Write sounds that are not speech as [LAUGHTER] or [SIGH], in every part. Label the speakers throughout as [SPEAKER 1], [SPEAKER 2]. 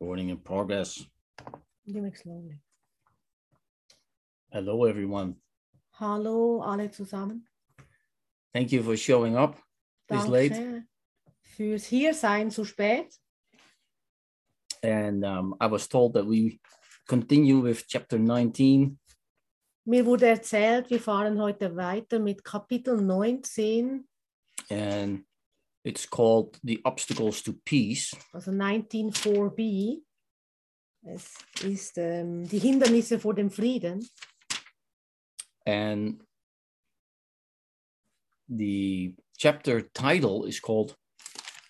[SPEAKER 1] Recording in progress.
[SPEAKER 2] Doing slowly.
[SPEAKER 1] Hello, everyone.
[SPEAKER 2] Hallo alle zusammen.
[SPEAKER 1] Thank you for showing up. It's late.
[SPEAKER 2] Danke fürs Hiersein zu spät.
[SPEAKER 1] And um, I was told that we continue with chapter 19.
[SPEAKER 2] Mir wurde erzählt, wir fahren heute weiter mit Kapitel 19,
[SPEAKER 1] And it's called The Obstacles to Peace.
[SPEAKER 2] also 194b. Es ist ähm, die Hindernisse vor dem Frieden.
[SPEAKER 1] And the chapter title is called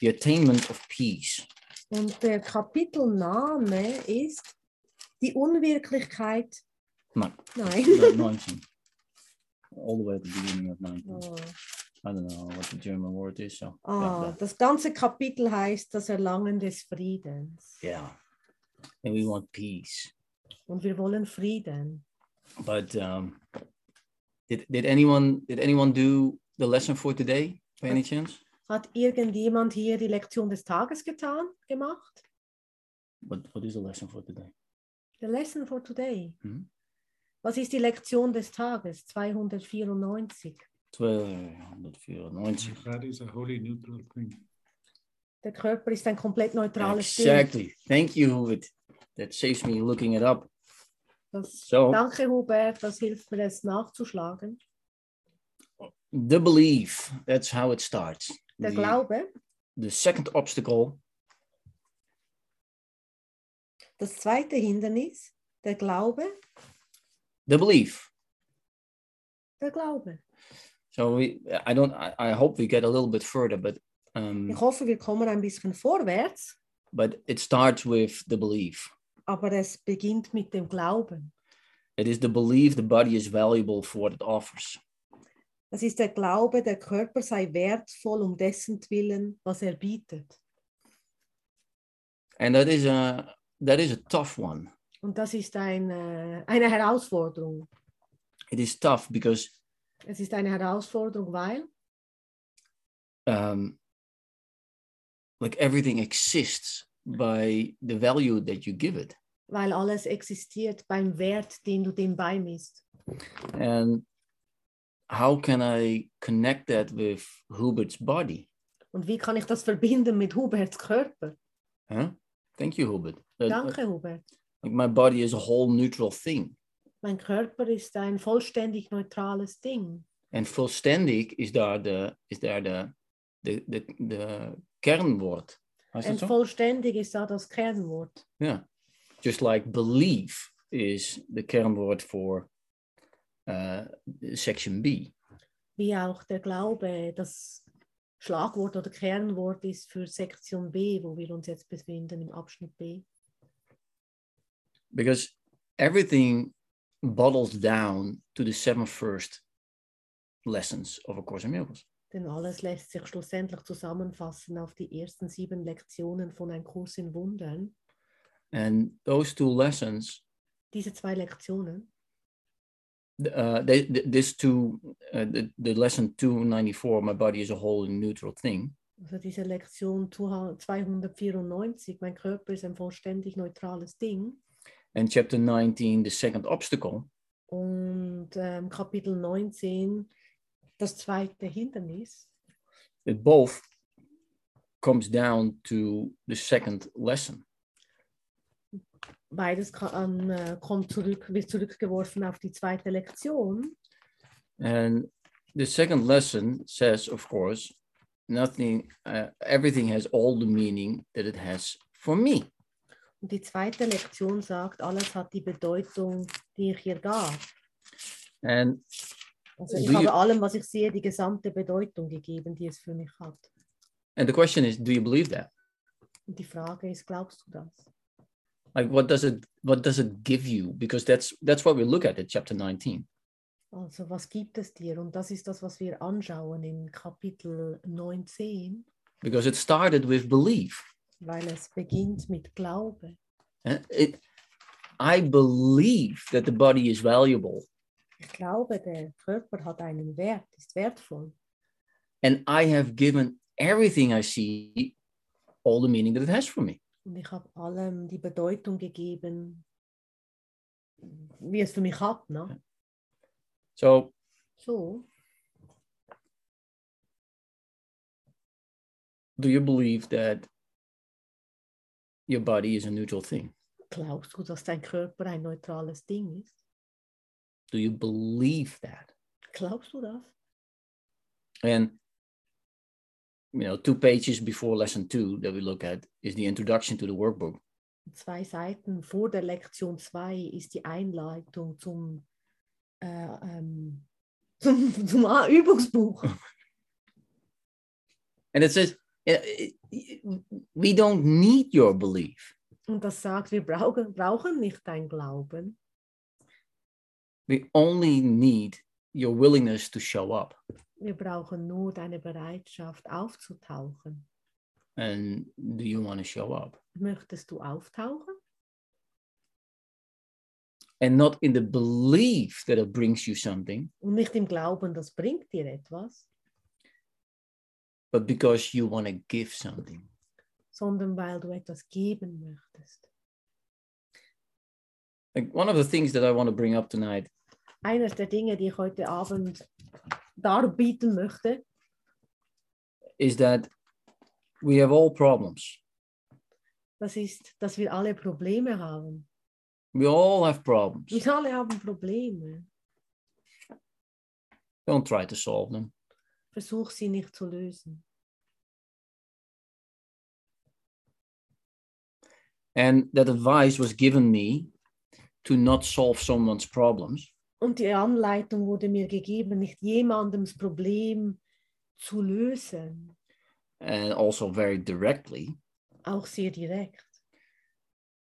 [SPEAKER 1] The Attainment of Peace.
[SPEAKER 2] Und der Kapitelname ist die Unwirklichkeit.
[SPEAKER 1] No,
[SPEAKER 2] [LAUGHS] Nein.
[SPEAKER 1] not 19. All the way at the beginning of 19.
[SPEAKER 2] Oh.
[SPEAKER 1] I don't know what the German word is. So yeah,
[SPEAKER 2] [LAUGHS] Ah,
[SPEAKER 1] that-
[SPEAKER 2] das ganze Kapitel heißt das Erlangen des Friedens.
[SPEAKER 1] yeah. And we want peace.
[SPEAKER 2] Und wir wollen Frieden.
[SPEAKER 1] But um, did did anyone did anyone do the lesson for today by any chance?
[SPEAKER 2] Hat irgendjemand hier die Lektion des Tages getan, gemacht?
[SPEAKER 1] What what is the lesson for today?
[SPEAKER 2] The lesson for today.
[SPEAKER 1] Mhm.
[SPEAKER 2] Was ist die Lektion des Tages? 294.
[SPEAKER 1] 1294.
[SPEAKER 3] That is a wholly neutral thing.
[SPEAKER 2] Der Körper ist ein komplett neutrales Ding.
[SPEAKER 1] Exactly. Thank you, Hubert. That saves me looking it up.
[SPEAKER 2] Das,
[SPEAKER 1] So
[SPEAKER 2] danke, Hubert, das hilft mir, es nachzuschlagen.
[SPEAKER 1] the belief, that's how it starts.
[SPEAKER 2] Der
[SPEAKER 1] The,
[SPEAKER 2] Glaube,
[SPEAKER 1] the second obstacle
[SPEAKER 2] das zweite Hindernis, der Glaube,
[SPEAKER 1] the belief.
[SPEAKER 2] der Glaube.
[SPEAKER 1] So we I don't I, I hope we get a little bit further, but um
[SPEAKER 2] Ich hoffe, wir kommen ein bisschen vorwärts,
[SPEAKER 1] but it starts with the belief.
[SPEAKER 2] aber es beginnt mit dem Glauben.
[SPEAKER 1] It is the belief the body is valuable for what it offers.
[SPEAKER 2] Das ist der Glaube, der Körper sei wertvoll um dessen Willen, was er bietet.
[SPEAKER 1] and that is a that is a tough one
[SPEAKER 2] Und das ist eine, eine Herausforderung.
[SPEAKER 1] it is tough because
[SPEAKER 2] Es ist eine Herausforderung, weil
[SPEAKER 1] um like everything exists by the value that you give it
[SPEAKER 2] weil alles existiert beim Wert, den du dem beimisst.
[SPEAKER 1] and how can i connect that with hubert's body
[SPEAKER 2] Und wie kann ich das verbinden mit Huberts Körper?
[SPEAKER 1] huh thank you hubert That-
[SPEAKER 2] Danke, Hubert.
[SPEAKER 1] like my body is a whole neutral thing
[SPEAKER 2] Mein Körper ist ein vollständig neutrales Ding.
[SPEAKER 1] and fullständig is daar de is daar de de de, de kernwoord Is
[SPEAKER 2] Und
[SPEAKER 1] dat zo?
[SPEAKER 2] vollständig ist da das Kernwort.
[SPEAKER 1] Yeah. Just like belief is the kernwoord for uh, section B.
[SPEAKER 2] Wie auch der Glaube, das Schlagwort oder Kernwort ist für Sektion B, wo wir uns jetzt befinden, im Abschnitt B.
[SPEAKER 1] Because everything bottles down to the seven first lessons of A Course in Miracles.
[SPEAKER 2] Denn alles lässt sich schlussendlich zusammenfassen auf die ersten sieben Lektionen von Ein Kurs in Wundern.
[SPEAKER 1] And those two lessons,
[SPEAKER 2] Diese zwei Lektionen,
[SPEAKER 1] uh, they, th- this two, uh, the, the lesson 294, my body is a whole neutral thing,
[SPEAKER 2] also diese Lektion 294, mein Körper ist ein vollständig neutrales Ding,
[SPEAKER 1] and chapter 19, the second obstacle,
[SPEAKER 2] und ähm, Kapitel 19, das zweite Hindernis,
[SPEAKER 1] it both comes down to the second lesson.
[SPEAKER 2] beides ka- an, äh, kommt zurück, wird zurückgeworfen auf die zweite Lektion.
[SPEAKER 1] And the second lesson says, of course, nothing, uh, everything has all the meaning that it has for me.
[SPEAKER 2] Und die zweite Lektion sagt, alles hat die Bedeutung, die ich ihr gab.
[SPEAKER 1] And
[SPEAKER 2] Also ich
[SPEAKER 1] Do you-
[SPEAKER 2] habe allem, was ich sehe, die gesamte Bedeutung gegeben, die es für mich hat.
[SPEAKER 1] and the question is, do you believe that?
[SPEAKER 2] Und die Frage ist, glaubst du das?
[SPEAKER 1] Like, what does it, what does it give you? Because that's that's what we look at in chapter 19.
[SPEAKER 2] Also was gibt es dir? Und das ist das, was wir anschauen in Kapitel 19,
[SPEAKER 1] Because it started with belief.
[SPEAKER 2] weil es beginnt mit Glaube.
[SPEAKER 1] eh? It, I believe that the body is valuable,
[SPEAKER 2] Ich glaube, der Körper hat einen Wert, ist wertvoll.
[SPEAKER 1] and I have given everything I see all the meaning that it has for me.
[SPEAKER 2] Und ich habe allem die Bedeutung gegeben, wie es für mich hat. Ne?
[SPEAKER 1] So
[SPEAKER 2] So,
[SPEAKER 1] do you believe that your body is a neutral thing?
[SPEAKER 2] glaubst du, dass dein Körper ein neutrales Ding ist?
[SPEAKER 1] Do you believe that?
[SPEAKER 2] Glaubst du das?
[SPEAKER 1] And you know, two pages before lesson two that we look at is the introduction to the workbook.
[SPEAKER 2] Zwei Seiten vor der Lektion 2 ist die Einleitung zum, äh, ähm, [LAUGHS] zum, zum A- Übungsbuch.
[SPEAKER 1] And it says, eh, eh, eh, we don't need your belief.
[SPEAKER 2] Und das sagt, wir brauchen, brauchen nicht dein Glauben.
[SPEAKER 1] We only need your willingness to show up.
[SPEAKER 2] Wir brauchen nur deine Bereitschaft aufzutauchen.
[SPEAKER 1] And do you want to show up?
[SPEAKER 2] Möchtest du auftauchen?
[SPEAKER 1] And not in the belief that it brings you something,
[SPEAKER 2] Und nicht im Glauben, das bringt dir etwas,
[SPEAKER 1] but because you want to give something.
[SPEAKER 2] sondern weil du etwas geben möchtest.
[SPEAKER 1] Like one of the things that I want to bring up tonight
[SPEAKER 2] Eines der Dinge, die ich heute Abend darbieten möchte,
[SPEAKER 1] is that we have all problems.
[SPEAKER 2] das ist, dass wir alle Probleme haben.
[SPEAKER 1] We all have problems.
[SPEAKER 2] Wir alle haben Probleme.
[SPEAKER 1] Don't try to solve them.
[SPEAKER 2] Versuch sie nicht zu lösen.
[SPEAKER 1] And that advice was given me to not solve someone's problems,
[SPEAKER 2] Und die Anleitung wurde mir gegeben, nicht jemandems Problem zu lösen,
[SPEAKER 1] and also very directly.
[SPEAKER 2] auch sehr direkt.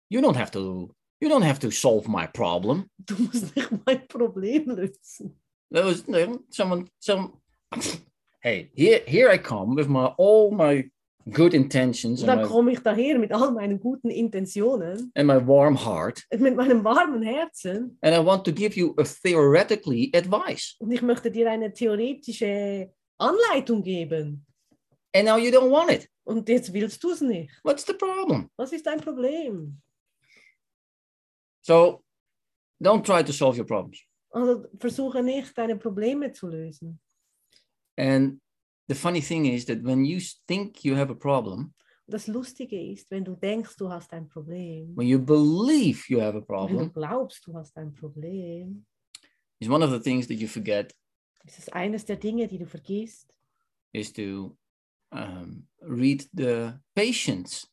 [SPEAKER 1] You don't have to. You don't have to solve my problem.
[SPEAKER 2] Du musst nicht mein Problem lösen.
[SPEAKER 1] That was no, someone. Some. [LAUGHS] hey, here, here I come with my all my good intentions
[SPEAKER 2] Und
[SPEAKER 1] and
[SPEAKER 2] dann
[SPEAKER 1] my,
[SPEAKER 2] komme ich daher mit all meinen guten Intentionen,
[SPEAKER 1] and my warm heart,
[SPEAKER 2] mit meinem warmen Herzen
[SPEAKER 1] and I want to give you a theoretically advice.
[SPEAKER 2] und ich möchte dir eine theoretische Anleitung geben.
[SPEAKER 1] And now you don't want it.
[SPEAKER 2] Und jetzt willst du es nicht.
[SPEAKER 1] What's the problem?
[SPEAKER 2] Was ist dein Problem?
[SPEAKER 1] So, don't try to solve your problems.
[SPEAKER 2] Also versuche nicht, deine Probleme zu lösen.
[SPEAKER 1] And the funny thing is that when you s- think you have a problem,
[SPEAKER 2] Das Lustige ist, wenn du denkst, du hast ein Problem,
[SPEAKER 1] when you believe you have a
[SPEAKER 2] wenn du
[SPEAKER 1] problem,
[SPEAKER 2] glaubst, du hast ein Problem,
[SPEAKER 1] is one of the things that you forget
[SPEAKER 2] ist es eines der Dinge, die du vergisst,
[SPEAKER 1] is to um, read the patients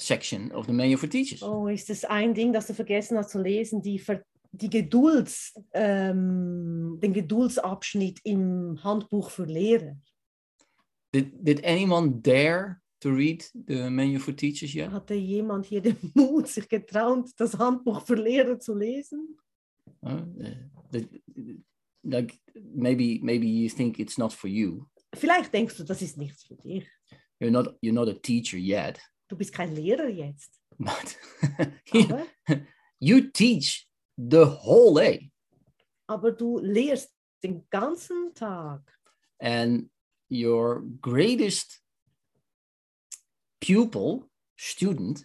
[SPEAKER 1] section of the manual for teachers.
[SPEAKER 2] Oh, ist das ein Ding, das du vergessen hast zu lesen, die, Ver die Gedulds, ähm, den Geduldsabschnitt im Handbuch für Lehrer?
[SPEAKER 1] Did, did anyone dare to read the manual for teachers yet?
[SPEAKER 2] Hatte jemand hier den [LAUGHS] Mut, sich getraut, das Handbuch für Lehrer zu lesen?
[SPEAKER 1] Huh? Uh, the- like maybe maybe you think it's not for you.
[SPEAKER 2] Vielleicht denkst du, das ist nichts für dich.
[SPEAKER 1] You're not you're not a teacher yet, [LAUGHS]
[SPEAKER 2] Du bist kein Lehrer jetzt.
[SPEAKER 1] but [LAUGHS]
[SPEAKER 2] Aber,
[SPEAKER 1] you teach the whole day.
[SPEAKER 2] aber du lehrst den ganzen Tag.
[SPEAKER 1] and your greatest pupil student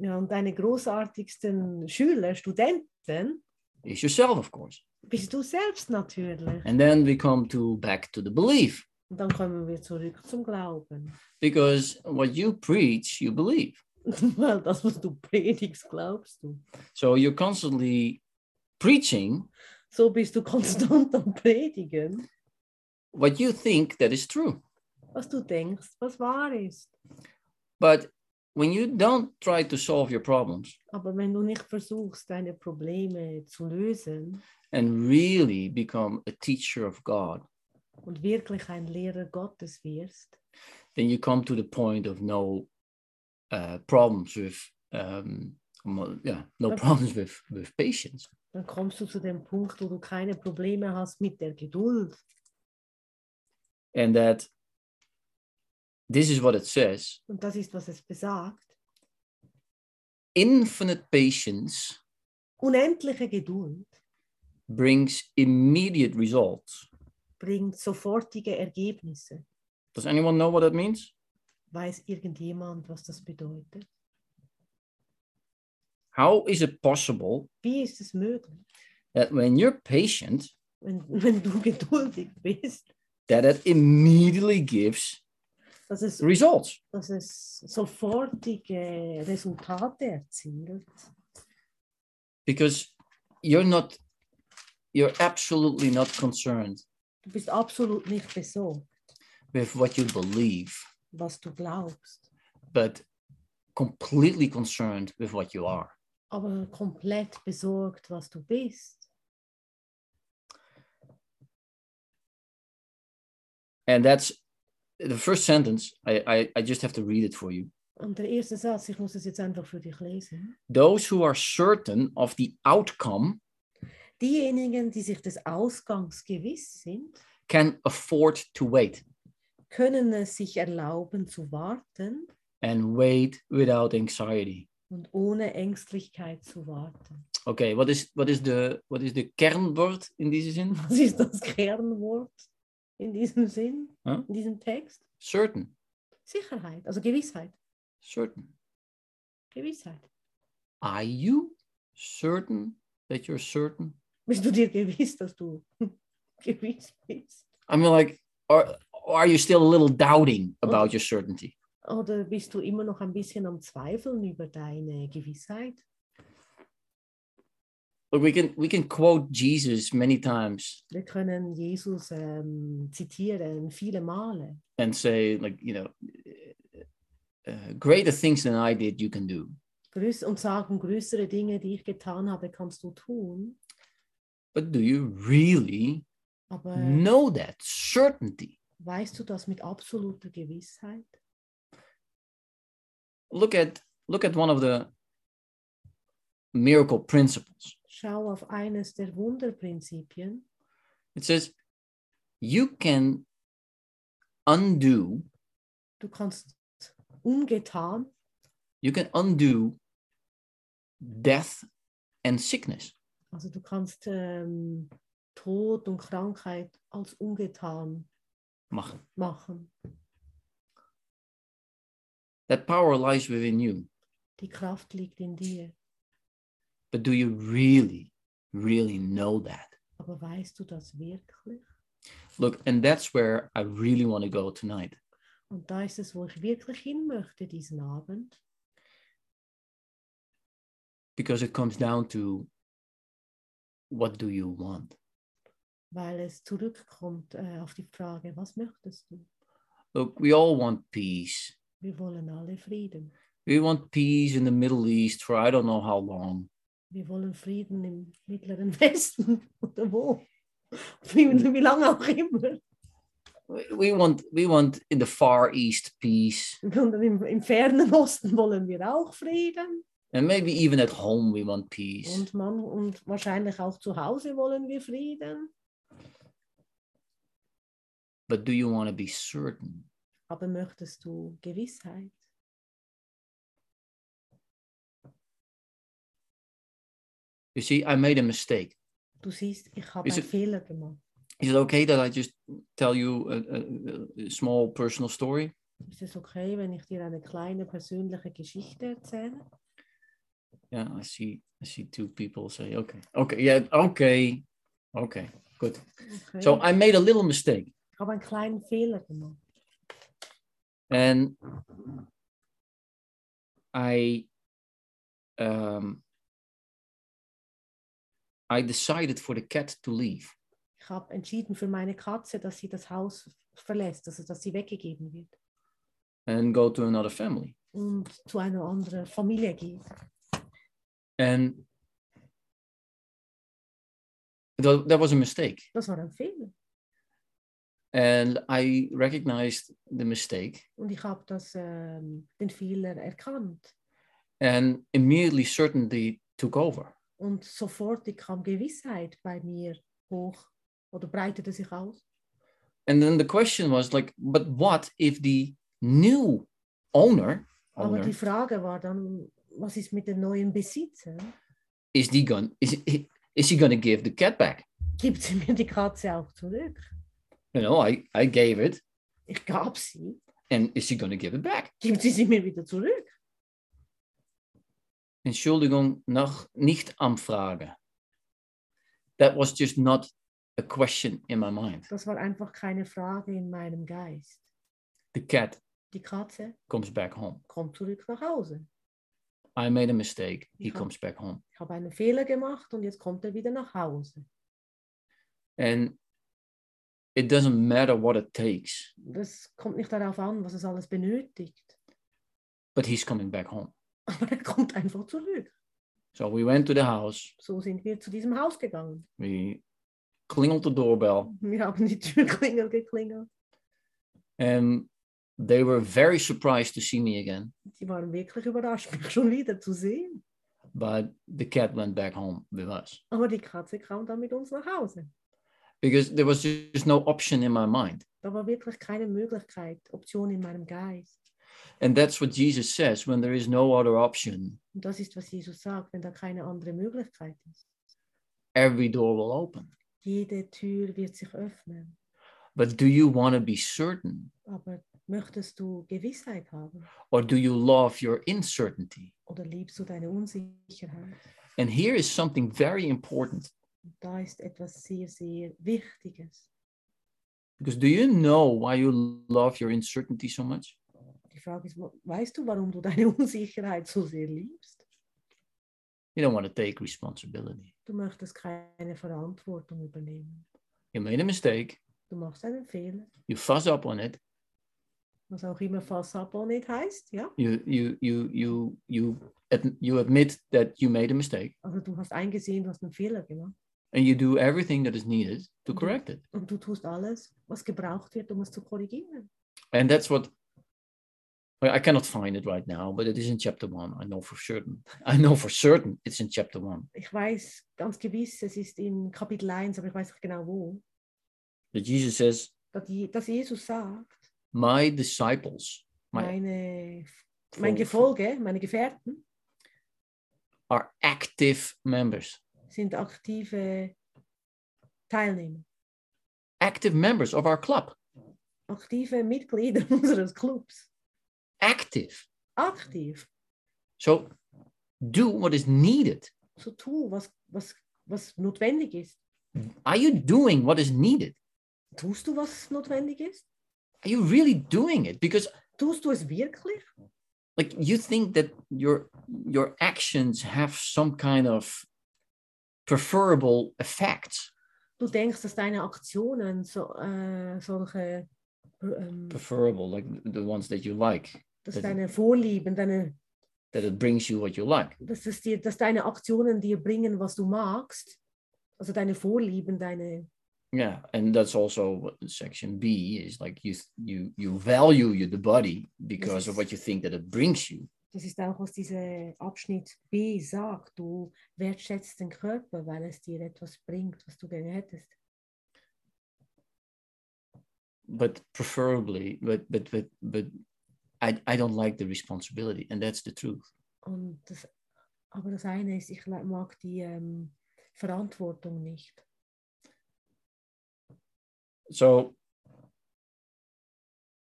[SPEAKER 2] Ja, und deine großartigsten Schüler, Studenten,
[SPEAKER 1] is yourself of course
[SPEAKER 2] bist du selbst natürlich.
[SPEAKER 1] and then we come to back to the belief
[SPEAKER 2] Und dann kommen wir zurück zum Glauben. [LAUGHS]
[SPEAKER 1] because what you preach you believe
[SPEAKER 2] Weil das, was du predigst, glaubst du.
[SPEAKER 1] so you're constantly preaching
[SPEAKER 2] So bist du konstant am Predigen,
[SPEAKER 1] what you think that is true
[SPEAKER 2] was du denkst, was wahr ist.
[SPEAKER 1] but when you don't try to solve your problems
[SPEAKER 2] Aber wenn du nicht versuchst, deine Probleme zu lösen
[SPEAKER 1] and really become a teacher of god
[SPEAKER 2] und wirklich ein Lehrer Gottes wirst,
[SPEAKER 1] then you come to the point of no uh, problems with um, mo- yeah no
[SPEAKER 2] Okay.
[SPEAKER 1] problems with with patience
[SPEAKER 2] dann kommst du zu dem Punkt, wo du keine Probleme hast mit der Geduld.
[SPEAKER 1] and that this is what it says
[SPEAKER 2] Und das ist, was es besagt.
[SPEAKER 1] infinite patience
[SPEAKER 2] Unendliche Geduld
[SPEAKER 1] brings immediate results
[SPEAKER 2] bringt sofortige Ergebnisse.
[SPEAKER 1] does anyone know what that means
[SPEAKER 2] Weiß irgendjemand, was das bedeutet?
[SPEAKER 1] How is it possible
[SPEAKER 2] Wie ist es möglich,
[SPEAKER 1] that when you're patient,
[SPEAKER 2] wenn, [LAUGHS] wenn du geduldig bist,
[SPEAKER 1] that it immediately gives
[SPEAKER 2] dass es,
[SPEAKER 1] results?
[SPEAKER 2] dass es sofortige Resultate erzielt?
[SPEAKER 1] Because you're not, you're absolutely not concerned
[SPEAKER 2] Du bist absolut nicht besorgt,
[SPEAKER 1] with what you believe,
[SPEAKER 2] was du glaubst,
[SPEAKER 1] but completely concerned with what you are.
[SPEAKER 2] aber komplett besorgt, was du bist.
[SPEAKER 1] And that's the first sentence. I, I, I just have to read it for you.
[SPEAKER 2] Und der erste Satz, ich muss es jetzt einfach für dich lesen.
[SPEAKER 1] Those who are certain of the outcome
[SPEAKER 2] Diejenigen, die sich des Ausgangs gewiss sind,
[SPEAKER 1] can afford to wait
[SPEAKER 2] können es sich erlauben zu warten
[SPEAKER 1] and wait without anxiety.
[SPEAKER 2] und ohne Ängstlichkeit zu warten. [LAUGHS]
[SPEAKER 1] Okay, what is what is the what is the kernwoord in deze zin?
[SPEAKER 2] Was ist das Kernwort in diesem Sinn,
[SPEAKER 1] Hä?
[SPEAKER 2] in diesem Text?
[SPEAKER 1] Certain,
[SPEAKER 2] Sicherheit, also Gewissheit.
[SPEAKER 1] certain.
[SPEAKER 2] Gewissheit.
[SPEAKER 1] Are you certain that you're certain?
[SPEAKER 2] Bist du dir gewiss, dass du [LAUGHS] gewiss bist?
[SPEAKER 1] I mean, like, are are you still a little doubting about your certainty?
[SPEAKER 2] Oder bist du immer noch ein bisschen am Zweifeln über deine Gewissheit?
[SPEAKER 1] But we can we can quote Jesus many times
[SPEAKER 2] Wir können Jesus ähm, zitieren viele Male
[SPEAKER 1] and say, like, you know, uh, greater things than I did you can do.
[SPEAKER 2] größ und sagen, größere Dinge, die ich getan habe, kannst du tun.
[SPEAKER 1] But do you really
[SPEAKER 2] Aber
[SPEAKER 1] know that certainty?
[SPEAKER 2] weißt du das mit absoluter Gewissheit?
[SPEAKER 1] Look at look at one of the miracle principles.
[SPEAKER 2] Schau auf eines der Wunderprinzipien.
[SPEAKER 1] It says you can undo,
[SPEAKER 2] Du kannst ungetan,
[SPEAKER 1] you can undo death and sickness.
[SPEAKER 2] also du kannst ähm, Tod und Krankheit als ungetan
[SPEAKER 1] Machen.
[SPEAKER 2] machen.
[SPEAKER 1] That power lies within you.
[SPEAKER 2] Die Kraft liegt in dir.
[SPEAKER 1] But do you really, really know that?
[SPEAKER 2] Aber weißt du das wirklich?
[SPEAKER 1] Look, and that's where I really want to go tonight.
[SPEAKER 2] Und da ist es, wo ich wirklich hin möchte diesen Abend,
[SPEAKER 1] Because it comes down to what do you want?
[SPEAKER 2] weil es zurückkommt äh, auf die Frage, was möchtest du?
[SPEAKER 1] Look, we all want peace.
[SPEAKER 2] Wir wollen alle Frieden.
[SPEAKER 1] We want peace in the Middle East for I don't know how long.
[SPEAKER 2] Wir wollen Frieden im Mittleren [LAUGHS] Westen oder wo? Wie, wie lange auch immer.
[SPEAKER 1] We- We want we want in the Far East peace.
[SPEAKER 2] Und im, im fernen [LAUGHS] Osten wollen wir auch Frieden.
[SPEAKER 1] And maybe even at home we want peace.
[SPEAKER 2] Und, man, und wahrscheinlich auch zu Hause wollen wir Frieden.
[SPEAKER 1] But do you want to be certain?
[SPEAKER 2] Aber möchtest du Gewissheit?
[SPEAKER 1] You see, I made a mistake.
[SPEAKER 2] Du siehst, ich habe
[SPEAKER 1] Is
[SPEAKER 2] einen
[SPEAKER 1] it-
[SPEAKER 2] Fehler gemacht.
[SPEAKER 1] Is it okay that I just tell you a, a- a small personal story?
[SPEAKER 2] Ist es okay, wenn ich dir eine kleine persönliche Geschichte erzähle?
[SPEAKER 1] Yeah, I see. I see two people say, "Okay, okay, yeah, okay, okay, good."
[SPEAKER 2] Okay.
[SPEAKER 1] So I made a little mistake,
[SPEAKER 2] ich habe einen kleinen Fehler gemacht.
[SPEAKER 1] and I, um, I decided for the cat to leave.
[SPEAKER 2] Ich habe entschieden für meine Katze, dass sie das Haus verlässt, also dass sie weggegeben wird
[SPEAKER 1] and go to another family.
[SPEAKER 2] und zu einer anderen Familie geht.
[SPEAKER 1] And tho- that was a mistake.
[SPEAKER 2] Das war ein Fehler.
[SPEAKER 1] And I recognized the mistake
[SPEAKER 2] Und ich habe das, ähm, den Fehler erkannt.
[SPEAKER 1] and immediately certainty took over.
[SPEAKER 2] Und sofort kam Gewissheit bei mir hoch oder breitete sich aus.
[SPEAKER 1] And then the question was like, but what if the new owner,
[SPEAKER 2] Aber
[SPEAKER 1] owner
[SPEAKER 2] die Frage war dann, was ist mit dem neuen Besitzer?
[SPEAKER 1] is he going is he, is he going to give the cat back?
[SPEAKER 2] Gibt sie mir die Katze auch zurück?
[SPEAKER 1] You know, I I gave it
[SPEAKER 2] Ich gab sie.
[SPEAKER 1] and is he going to give it back?
[SPEAKER 2] Gibt sie sie mir wieder zurück?
[SPEAKER 1] Entschuldigung noch nicht anfrage. That was just not a question in my mind.
[SPEAKER 2] Das war einfach keine Frage in meinem Geist.
[SPEAKER 1] The cat
[SPEAKER 2] Die Katze
[SPEAKER 1] comes back home.
[SPEAKER 2] kommt zurück nach Hause.
[SPEAKER 1] I made a mistake. He
[SPEAKER 2] Ja.
[SPEAKER 1] comes back home.
[SPEAKER 2] Ich habe einen Fehler gemacht und jetzt kommt er wieder nach Hause.
[SPEAKER 1] And it doesn't matter what it takes,
[SPEAKER 2] Das kommt nicht darauf an, was es alles benötigt. [LAUGHS]
[SPEAKER 1] but he's coming back home.
[SPEAKER 2] Aber er kommt einfach zurück.
[SPEAKER 1] So we went to the house.
[SPEAKER 2] So sind wir zu diesem Haus gegangen.
[SPEAKER 1] We clingled the doorbell,
[SPEAKER 2] Wir haben die Türklingel geklingelt.
[SPEAKER 1] and they were very surprised to see me again.
[SPEAKER 2] Sie waren wirklich überrascht, [LAUGHS] mich schon wieder zu sehen.
[SPEAKER 1] But the cat went back home with us
[SPEAKER 2] Aber die Katze kam dann mit uns nach Hause.
[SPEAKER 1] because there was just no option in my mind.
[SPEAKER 2] Da war wirklich keine Möglichkeit, Option in meinem Geist.
[SPEAKER 1] And that's what Jesus says when there is no other option,
[SPEAKER 2] Und das ist, was Jesus sagt, wenn da keine andere Möglichkeit ist.
[SPEAKER 1] every door will open.
[SPEAKER 2] Jede Tür wird sich öffnen.
[SPEAKER 1] But do you want to be certain
[SPEAKER 2] Aber möchtest du Gewissheit haben
[SPEAKER 1] or do you love your uncertainty?
[SPEAKER 2] oder liebst du deine Unsicherheit?
[SPEAKER 1] And here is something very important
[SPEAKER 2] Und da ist etwas sehr, sehr Wichtiges.
[SPEAKER 1] because do you know why you love your uncertainty so much?
[SPEAKER 2] Die Frage ist, wo- weißt du, warum du deine [LAUGHS] Unsicherheit so sehr liebst?
[SPEAKER 1] You don't want to take responsibility.
[SPEAKER 2] Du möchtest keine Verantwortung übernehmen.
[SPEAKER 1] You made a mistake,
[SPEAKER 2] Du machst einen Fehler,
[SPEAKER 1] you fuss up on it,
[SPEAKER 2] was auch immer Fass up on it heißt, ja?
[SPEAKER 1] you you you you you ad- you admit that you made a mistake
[SPEAKER 2] Also du hast eingesehen, du hast einen Fehler gemacht
[SPEAKER 1] and you do everything that is needed to
[SPEAKER 2] Mhm.
[SPEAKER 1] correct it.
[SPEAKER 2] und du tust alles, was gebraucht wird, um es zu korrigieren.
[SPEAKER 1] And that's what well, I cannot find it right now, but it is in chapter one. I know for certain. [LAUGHS] I know for certain it's in chapter one
[SPEAKER 2] Ich weiß ganz gewiss, es ist in Kapitel 1, aber ich weiß nicht genau wo,
[SPEAKER 1] that Jesus says,
[SPEAKER 2] dass Je- dass Jesus sagt,
[SPEAKER 1] My disciples, my
[SPEAKER 2] meine, mein
[SPEAKER 1] fol-
[SPEAKER 2] Gefolge, meine Gefährten
[SPEAKER 1] are active members,
[SPEAKER 2] sind aktive Teilnehmer,
[SPEAKER 1] active members of our club.
[SPEAKER 2] aktive Mitglieder [LAUGHS] unseres Clubs,
[SPEAKER 1] Active.
[SPEAKER 2] aktiv.
[SPEAKER 1] So do what is needed.
[SPEAKER 2] so tu, was, was, was notwendig ist.
[SPEAKER 1] Are you doing what is needed?
[SPEAKER 2] Tust du, was notwendig ist?
[SPEAKER 1] Are you really doing it? Because
[SPEAKER 2] Tust du es wirklich?
[SPEAKER 1] like you think that your your actions have some kind of preferable effect.
[SPEAKER 2] Du denkst, dass deine Aktionen so, äh, solche, ähm,
[SPEAKER 1] Preferable, like the ones that you like.
[SPEAKER 2] dass
[SPEAKER 1] das-
[SPEAKER 2] deine Vorlieben, deine,
[SPEAKER 1] that it brings you what you like.
[SPEAKER 2] dass, es dir, dass deine Aktionen dir bringen, was du magst. Also deine Vorlieben, deine,
[SPEAKER 1] Yeah, and that's also what section B is like. You you you value you the body because of what you think that it brings you.
[SPEAKER 2] das ist auch, was dieser Abschnitt B sagt. Du wertschätzt den Körper, weil es dir etwas bringt, was du gerne hättest.
[SPEAKER 1] But preferably, but but but but I I don't like the responsibility, and that's the truth.
[SPEAKER 2] Und das, aber das eine ist, ich le- mag die ähm, Verantwortung nicht.
[SPEAKER 1] So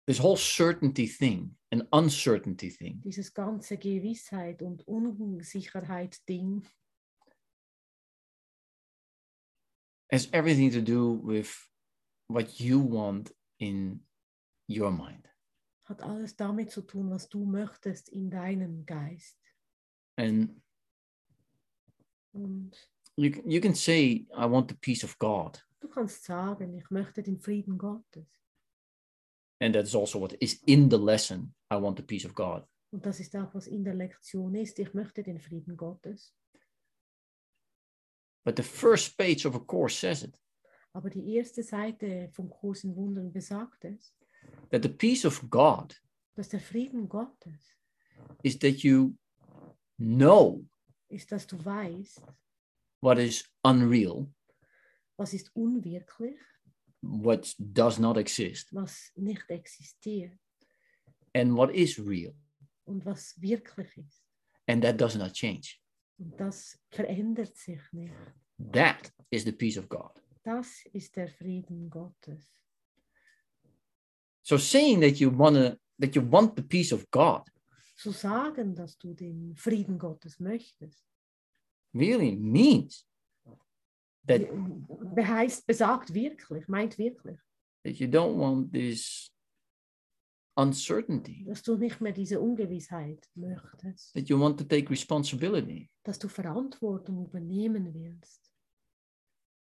[SPEAKER 1] this whole certainty thing, an uncertainty thing,
[SPEAKER 2] Dieses ganze Gewissheit und Unsicherheit-Ding
[SPEAKER 1] has everything to do with what you want in your mind.
[SPEAKER 2] hat alles damit zu tun, was du möchtest in deinem Geist.
[SPEAKER 1] And
[SPEAKER 2] Und
[SPEAKER 1] you can, you can say, "I want the peace of God."
[SPEAKER 2] du kannst sagen, ich möchte den Frieden Gottes.
[SPEAKER 1] And that's also what is in the lesson. I want the peace of God.
[SPEAKER 2] Und das ist auch, was in der Lektion ist. Ich möchte den Frieden Gottes.
[SPEAKER 1] But the first page of a course says it
[SPEAKER 2] Aber die erste Seite vom Kurs in Wundern besagt es,
[SPEAKER 1] that the peace of God
[SPEAKER 2] dass der Frieden Gottes
[SPEAKER 1] is that you know
[SPEAKER 2] ist, dass du weißt,
[SPEAKER 1] what is unreal,
[SPEAKER 2] was ist unwirklich,
[SPEAKER 1] what does not exist,
[SPEAKER 2] was nicht existiert.
[SPEAKER 1] and what is real.
[SPEAKER 2] und was wirklich ist.
[SPEAKER 1] And that does not change.
[SPEAKER 2] Und das verändert sich nicht.
[SPEAKER 1] That is the peace of God.
[SPEAKER 2] Das ist der Frieden Gottes.
[SPEAKER 1] So saying that you want to that you want the peace of God
[SPEAKER 2] zu sagen, dass du den Frieden Gottes möchtest.
[SPEAKER 1] really means that,
[SPEAKER 2] Be- Heißt, besagt wirklich, meint wirklich,
[SPEAKER 1] that you don't want this uncertainty,
[SPEAKER 2] dass du nicht mehr diese Ungewissheit möchtest,
[SPEAKER 1] that you want to take responsibility
[SPEAKER 2] dass du Verantwortung übernehmen willst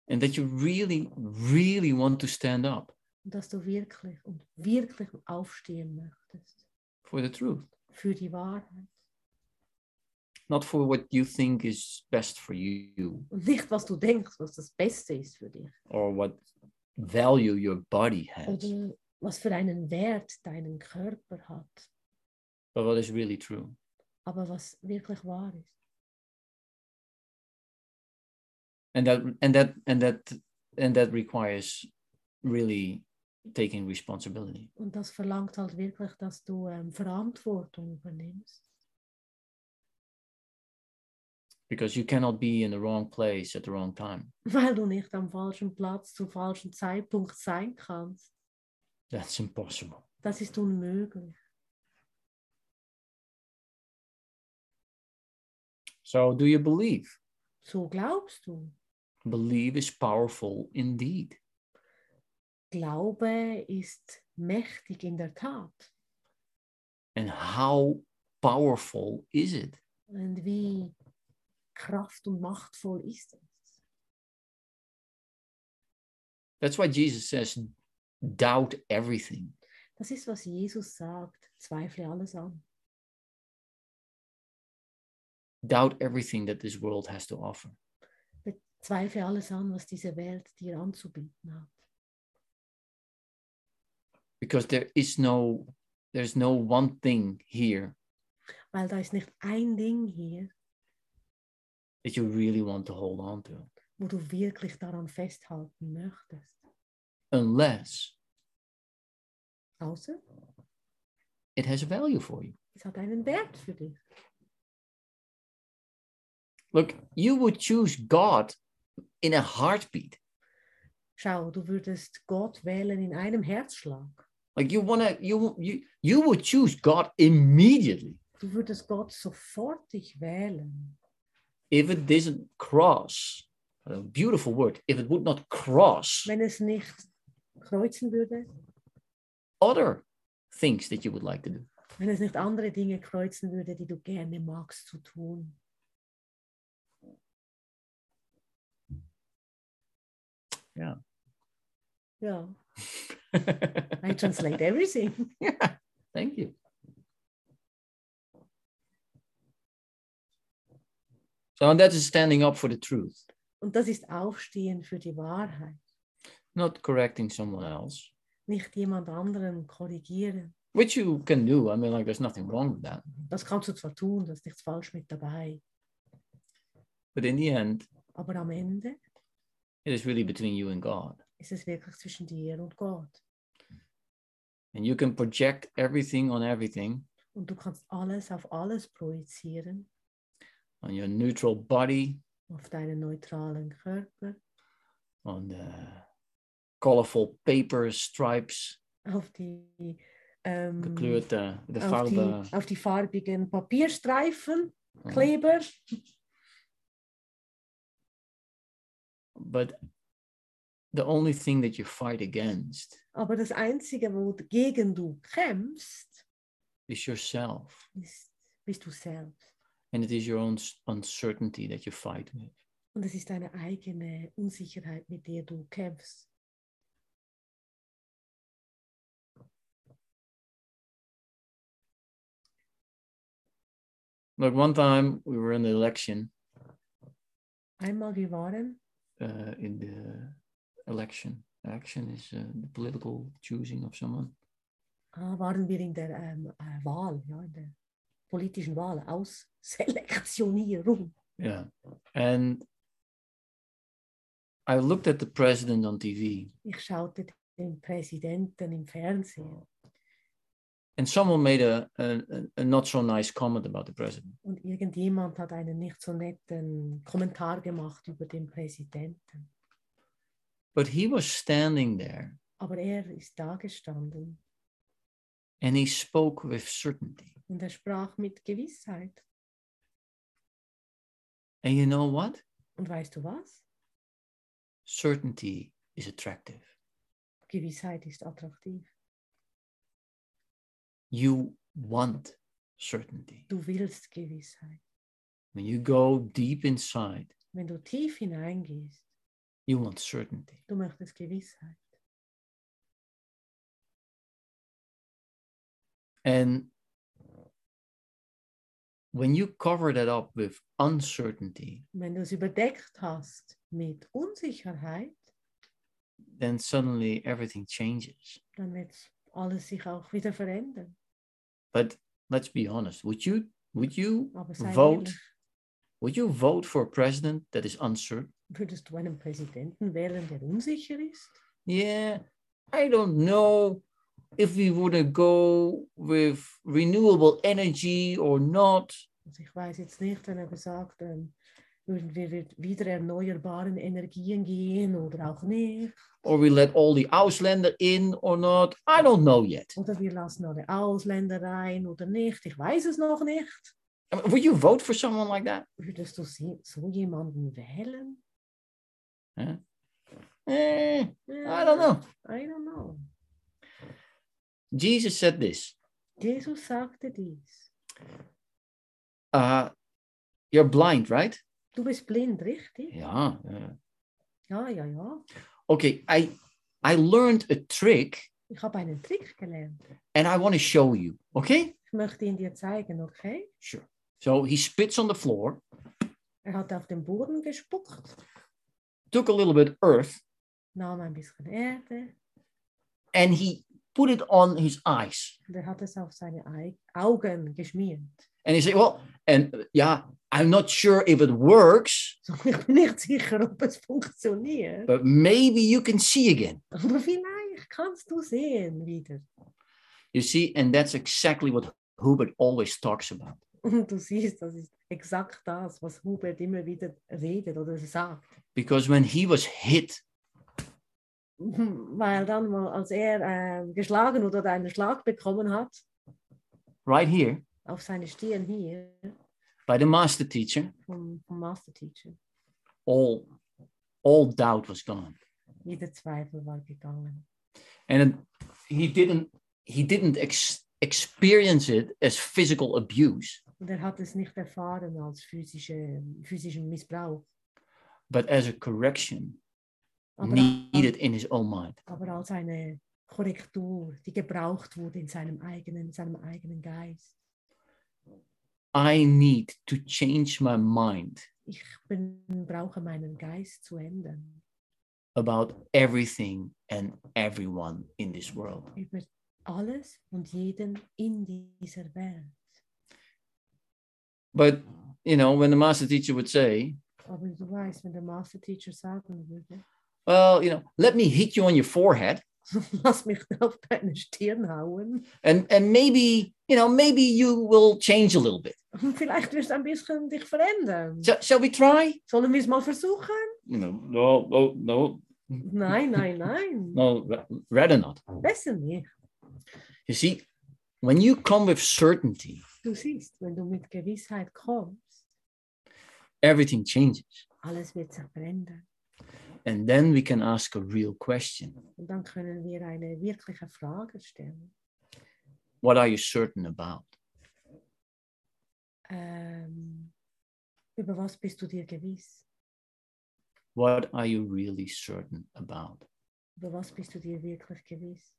[SPEAKER 1] and that you really, really want to stand up
[SPEAKER 2] und dass du wirklich und wirklich aufstehen möchtest
[SPEAKER 1] for the truth,
[SPEAKER 2] für die Wahrheit
[SPEAKER 1] not for what you think is best for you
[SPEAKER 2] und nicht, was du denkst, was das Beste ist für dich
[SPEAKER 1] or what value your body has,
[SPEAKER 2] oder was für einen Wert deinen Körper hat,
[SPEAKER 1] but what is really true.
[SPEAKER 2] aber was wirklich wahr ist.
[SPEAKER 1] and that and that and that and that requires really taking responsibility
[SPEAKER 2] Und das verlangt halt wirklich, dass du ähm, Verantwortung übernimmst.
[SPEAKER 1] because you cannot be in the wrong place at the wrong time
[SPEAKER 2] [LAUGHS] Weil du nicht am falschen Platz zum falschen Zeitpunkt sein kannst.
[SPEAKER 1] that's impossible
[SPEAKER 2] Das ist unmöglich.
[SPEAKER 1] so do you believe
[SPEAKER 2] So glaubst du.
[SPEAKER 1] believe is powerful indeed
[SPEAKER 2] Glaube ist mächtig in der Tat.
[SPEAKER 1] and how powerful is it
[SPEAKER 2] Und wie kraft- und machtvoll ist es?
[SPEAKER 1] that's why jesus says doubt everything
[SPEAKER 2] Das ist, was Jesus sagt. Zweifle alles an.
[SPEAKER 1] doubt everything that this world has to offer
[SPEAKER 2] Zweifle alles an, was diese Welt dir anzubieten hat.
[SPEAKER 1] because there is no there's no one thing here
[SPEAKER 2] Weil da ist nicht ein Ding hier,
[SPEAKER 1] that you really want to hold on to
[SPEAKER 2] wo du wirklich daran festhalten möchtest.
[SPEAKER 1] unless
[SPEAKER 2] Außer
[SPEAKER 1] it has value for you.
[SPEAKER 2] es hat einen Wert für dich.
[SPEAKER 1] Look, you would choose God in a heartbeat.
[SPEAKER 2] Schau, du würdest Gott wählen in einem Herzschlag.
[SPEAKER 1] Like you wanna, you you you would choose God immediately
[SPEAKER 2] Du würdest Gott sofort dich wählen.
[SPEAKER 1] if it doesn't cross. A beautiful word. If it would not cross
[SPEAKER 2] Wenn es nicht kreuzen würde,
[SPEAKER 1] other things that you would like to do. [LAUGHS]
[SPEAKER 2] wenn es nicht andere Dinge kreuzen würde, die du gerne magst zu tun.
[SPEAKER 1] Ja.
[SPEAKER 2] Ja, I translate everything.
[SPEAKER 1] Thank you. So and that is standing up for the truth,
[SPEAKER 2] Und das ist Aufstehen für die Wahrheit.
[SPEAKER 1] not correcting someone else,
[SPEAKER 2] Nicht jemand anderen korrigieren.
[SPEAKER 1] which you can do. I mean, like there's nothing wrong with that.
[SPEAKER 2] Das kannst du zwar tun, da ist nichts falsch mit dabei,
[SPEAKER 1] But in the end,
[SPEAKER 2] aber am Ende
[SPEAKER 1] It is really between you and God.
[SPEAKER 2] ist es wirklich zwischen dir und Gott.
[SPEAKER 1] And you can project everything on everything,
[SPEAKER 2] Und du kannst alles auf alles projizieren,
[SPEAKER 1] on your neutral body,
[SPEAKER 2] auf deinen neutralen Körper,
[SPEAKER 1] on the colorful paper stripes,
[SPEAKER 2] auf die, ähm,
[SPEAKER 1] gekleurde, de
[SPEAKER 2] auf,
[SPEAKER 1] Farbe. Mhm.
[SPEAKER 2] die auf die farbigen Papierstreifen,
[SPEAKER 1] Uh,
[SPEAKER 2] Kleber.
[SPEAKER 1] But the only thing that you fight against
[SPEAKER 2] Aber das Einzige, wogegen du kämpfst,
[SPEAKER 1] is yourself.
[SPEAKER 2] ist, bist du selbst.
[SPEAKER 1] And it is your own s- uncertainty that you fight with.
[SPEAKER 2] Und es ist deine eigene Unsicherheit, mit der du kämpfst.
[SPEAKER 1] Like one time we were in the election,
[SPEAKER 2] Einmal wir waren
[SPEAKER 1] uh, in the election. Action is uh, the political choosing of someone.
[SPEAKER 2] Ah, waren wir in der ähm, äh, Wahl, ja, in der politischen Wahl, Ausselektionierung.
[SPEAKER 1] Yeah. And I looked at the president on TV
[SPEAKER 2] Ich schaute den Präsidenten im Fernsehen
[SPEAKER 1] and someone made a, a, a not so nice comment about the president.
[SPEAKER 2] und irgendjemand hat einen nicht so netten Kommentar gemacht über den Präsidenten.
[SPEAKER 1] But he was standing there
[SPEAKER 2] Aber er ist da gestanden
[SPEAKER 1] and he spoke with certainty.
[SPEAKER 2] Und er sprach mit Gewissheit.
[SPEAKER 1] And you know what?
[SPEAKER 2] Und weißt du was?
[SPEAKER 1] Certainty is attractive.
[SPEAKER 2] Gewissheit ist attraktiv.
[SPEAKER 1] You want certainty.
[SPEAKER 2] Du willst Gewissheit.
[SPEAKER 1] When you go deep inside,
[SPEAKER 2] Wenn du tief hineingehst,
[SPEAKER 1] you want certainty.
[SPEAKER 2] du möchtest Gewissheit.
[SPEAKER 1] And when you cover that up with uncertainty,
[SPEAKER 2] Wenn du es überdeckt hast mit Unsicherheit,
[SPEAKER 1] then suddenly everything changes.
[SPEAKER 2] dann wird alles sich auch wieder verändern.
[SPEAKER 1] But let's be honest. Would you would you
[SPEAKER 2] Aber sei
[SPEAKER 1] vote
[SPEAKER 2] ehrlich,
[SPEAKER 1] would you vote for a president that is uncertain?
[SPEAKER 2] würdest du einen Präsidenten wählen, der unsicher ist?
[SPEAKER 1] Yeah, I don't know if we want to go with renewable energy or not.
[SPEAKER 2] Also ich weiß jetzt nicht, wenn er gesagt, ähm, würden wir wird- wieder erneuerbaren Energien gehen oder auch nicht.
[SPEAKER 1] or we let all the Ausländer in or not. I don't know yet.
[SPEAKER 2] Oder wir lassen alle Ausländer rein oder nicht. Ich weiß es noch nicht.
[SPEAKER 1] I mean, would you vote for someone like that?
[SPEAKER 2] Würdest du si- so jemanden wählen?
[SPEAKER 1] Eh, I don't know.
[SPEAKER 2] I don't know.
[SPEAKER 1] Jesus said this
[SPEAKER 2] Jesus sagte dies.
[SPEAKER 1] uh, You're blind, right?
[SPEAKER 2] Du bist blind, richtig?
[SPEAKER 1] Yeah. yeah.
[SPEAKER 2] Ja, ja, ja.
[SPEAKER 1] Okay, I, I learned a trick
[SPEAKER 2] Ich habe einen Trick gelernt.
[SPEAKER 1] and I want to show you. Okay?
[SPEAKER 2] Ich möchte ihn dir zeigen, okay?
[SPEAKER 1] Sure. So he spits on the floor,
[SPEAKER 2] Er hat auf den Boden gespuckt,
[SPEAKER 1] took a little bit earth,
[SPEAKER 2] nahm ein bisschen Erde
[SPEAKER 1] and he put it on his eyes.
[SPEAKER 2] und er hat es auf seine Ei- Augen geschmiert. [LAUGHS]
[SPEAKER 1] And he said, Well, and uh, yeah, I'm not sure if it works,
[SPEAKER 2] So, ich bin nicht sicher, ob es funktioniert.
[SPEAKER 1] but maybe you can see again.
[SPEAKER 2] Aber vielleicht kannst du sehen wieder.
[SPEAKER 1] You see, and that's exactly what Hubert always talks about.
[SPEAKER 2] Und du siehst, das ist exakt das, was Hubert immer wieder redet oder sagt.
[SPEAKER 1] Because when he was hit,
[SPEAKER 2] Weil dann, mal, als er ähm, geschlagen oder einen Schlag bekommen hat,
[SPEAKER 1] right here,
[SPEAKER 2] auf seine Stirn hier,
[SPEAKER 1] by the master teacher,
[SPEAKER 2] vom, vom Master Teacher,
[SPEAKER 1] all all doubt was gone.
[SPEAKER 2] jeder Zweifel war gegangen.
[SPEAKER 1] And it- he didn't he didn't ex- experience it as physical abuse,
[SPEAKER 2] Und er hat es nicht erfahren als physische, physischen Missbrauch,
[SPEAKER 1] but as a correction
[SPEAKER 2] aber,
[SPEAKER 1] needed in his own mind.
[SPEAKER 2] aber als eine Korrektur, die gebraucht wurde in seinem eigenen, in seinem eigenen Geist.
[SPEAKER 1] I need to change my mind
[SPEAKER 2] Ich bin, brauche meinen Geist zu ändern.
[SPEAKER 1] about everything and everyone in this world.
[SPEAKER 2] über alles und jeden in dieser Welt.
[SPEAKER 1] But you know, when the master teacher would say,
[SPEAKER 2] Aber du weißt, wenn der Master Teacher sagen würde, [LAUGHS]
[SPEAKER 1] well, you know, let me hit you on your forehead
[SPEAKER 2] lass mich auf deine Stirn hauen
[SPEAKER 1] and and maybe, you know, maybe you will change a little bit.
[SPEAKER 2] und vielleicht wirst du ein bisschen dich verändern.
[SPEAKER 1] Sh- shall we try?
[SPEAKER 2] Sollen wir es mal versuchen?
[SPEAKER 1] No, no, no, no,
[SPEAKER 2] Nein, nein,
[SPEAKER 1] [LAUGHS]
[SPEAKER 2] nein.
[SPEAKER 1] no, ra- rather not.
[SPEAKER 2] Besser nicht.
[SPEAKER 1] You see, when you come with certainty,
[SPEAKER 2] Du siehst, wenn du mit Gewissheit kommst,
[SPEAKER 1] everything changes.
[SPEAKER 2] alles wird sich verändern.
[SPEAKER 1] And then we can ask a real question.
[SPEAKER 2] Und dann können wir eine wirkliche Frage stellen.
[SPEAKER 1] What are you certain about?
[SPEAKER 2] Ähm, über was bist du dir gewiss?
[SPEAKER 1] What are you really certain about?
[SPEAKER 2] Über was bist du dir wirklich gewiss?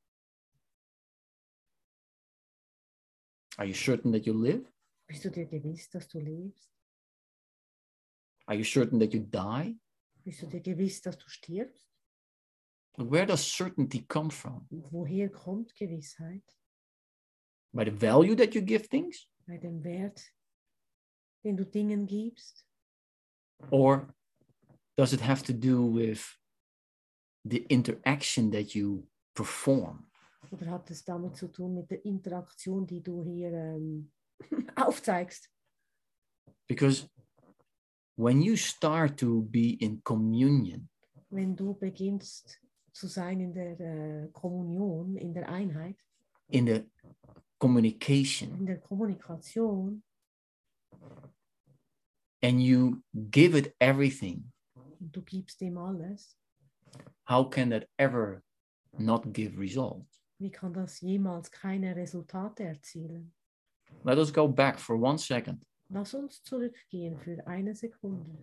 [SPEAKER 1] Are you certain that you live?
[SPEAKER 2] Bist du dir gewiss, dass du lebst?
[SPEAKER 1] Are you certain that you die?
[SPEAKER 2] Bist du dir gewiss, dass du stirbst?
[SPEAKER 1] Where does certainty come from?
[SPEAKER 2] Woher kommt Gewissheit?
[SPEAKER 1] By the value that you give things
[SPEAKER 2] Bei dem Wert, den du Dingen gibst?
[SPEAKER 1] or does it have to do with the interaction that you perform
[SPEAKER 2] Oder hat es damit zu tun mit der Interaktion, die du hier ähm, [LAUGHS] aufzeigst?
[SPEAKER 1] because when you start to be in communion
[SPEAKER 2] Wenn du beginnst zu sein in der äh, Kommunion, in der Einheit,
[SPEAKER 1] in the communication
[SPEAKER 2] in der Kommunikation
[SPEAKER 1] and you give it everything,
[SPEAKER 2] und du gibst dem alles,
[SPEAKER 1] how can that ever not give result?
[SPEAKER 2] wie kann das jemals keine Resultate erzielen?
[SPEAKER 1] Let us go back for one second
[SPEAKER 2] Lass uns zurückgehen für eine Sekunde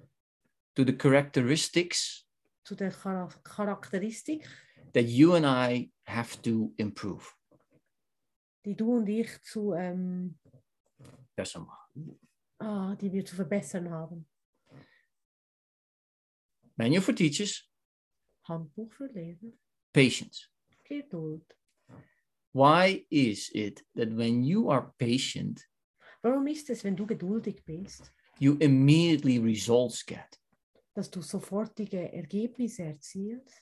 [SPEAKER 1] to the characteristics
[SPEAKER 2] zu der Chara- Charakteristik,
[SPEAKER 1] that you and I have to improve.
[SPEAKER 2] die du und ich zu, ähm,
[SPEAKER 1] Besser machen.
[SPEAKER 2] ah, die wir zu verbessern haben.
[SPEAKER 1] Manual for teachers,
[SPEAKER 2] Handbuch für Lehrer,
[SPEAKER 1] patience.
[SPEAKER 2] Geduld.
[SPEAKER 1] Why is it that when you are patient,
[SPEAKER 2] Warum ist es, wenn du geduldig bist,
[SPEAKER 1] you immediately results get?
[SPEAKER 2] dass du sofortige Ergebnisse erzielst?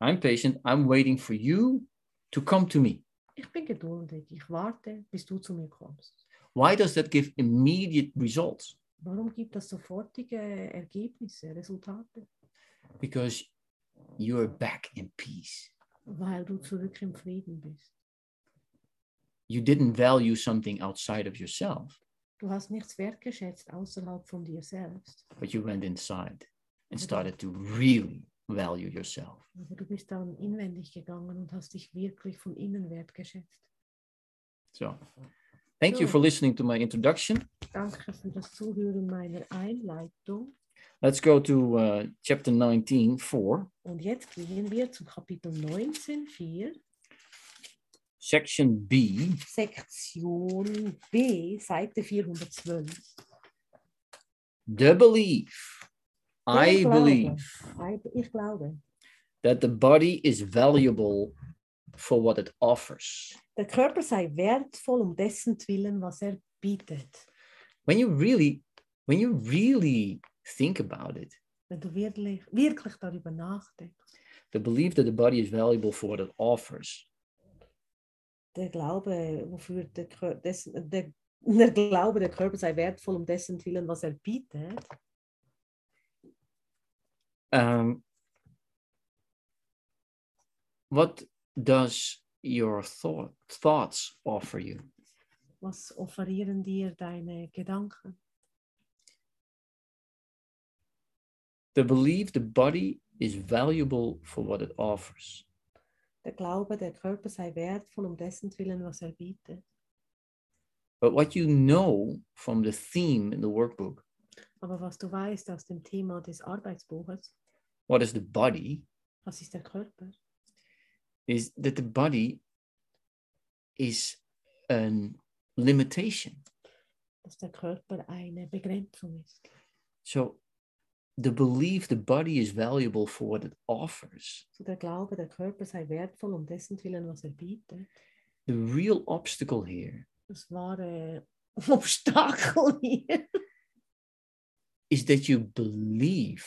[SPEAKER 1] I'm patient. I'm waiting for you to come to me.
[SPEAKER 2] Ich bin geduldig, ich warte, bis du zu mir kommst.
[SPEAKER 1] Why does that give immediate results?
[SPEAKER 2] Warum gibt es sofortige Ergebnisse, Resultate?
[SPEAKER 1] Because you're back in peace.
[SPEAKER 2] Weil du zurück im Frieden bist.
[SPEAKER 1] You didn't value something outside of yourself,
[SPEAKER 2] Du hast nichts wertgeschätzt außerhalb von dir selbst.
[SPEAKER 1] but you went inside and started to really value yourself.
[SPEAKER 2] Aber Also du bist dann inwendig gegangen und hast dich wirklich von innen wertgeschätzt.
[SPEAKER 1] So, thank you
[SPEAKER 2] Sure.
[SPEAKER 1] for listening to my introduction.
[SPEAKER 2] Danke für das Zuhören meiner Einleitung.
[SPEAKER 1] Let's go to uh, chapter 19, 4,
[SPEAKER 2] Und jetzt gehen wir zum Kapitel 19.4,
[SPEAKER 1] section B.
[SPEAKER 2] Sektion B, Seite 412.
[SPEAKER 1] The belief, I
[SPEAKER 2] Glaube.
[SPEAKER 1] believe,
[SPEAKER 2] Ich glaube,
[SPEAKER 1] that the body is valuable for what it offers.
[SPEAKER 2] der Körper sei wertvoll um dessen Willen, was er bietet.
[SPEAKER 1] When you really, when you really think about it,
[SPEAKER 2] Wenn du wirklich, wirklich darüber nachdenkst.
[SPEAKER 1] the belief that the body is valuable for what it offers
[SPEAKER 2] Der Glaube, wofür der, Kör- dessen, der, der Glaube, der Körper sei wertvoll um dessen Willen, was er bietet,
[SPEAKER 1] um, what does your thought thoughts offer you
[SPEAKER 2] was offerieren dir deine Gedanken?
[SPEAKER 1] the belief the body is valuable for what it offers
[SPEAKER 2] Der Glaube, der Körper sei wertvoll um dessen Willen, was er bietet.
[SPEAKER 1] but what you know from the theme in the workbook
[SPEAKER 2] Aber was du weißt aus dem Thema des Arbeitsbuches,
[SPEAKER 1] what is the body
[SPEAKER 2] was ist der Körper?
[SPEAKER 1] is that the body is a limitation
[SPEAKER 2] Dass der Körper eine Begrenzung ist.
[SPEAKER 1] so the belief the body is valuable for what it offers
[SPEAKER 2] So der Glaube, der Körper sei wertvoll um dessen Willen, was er bietet.
[SPEAKER 1] the real obstacle here
[SPEAKER 2] Das wahre [LAUGHS] Obstakel hier
[SPEAKER 1] is that you believe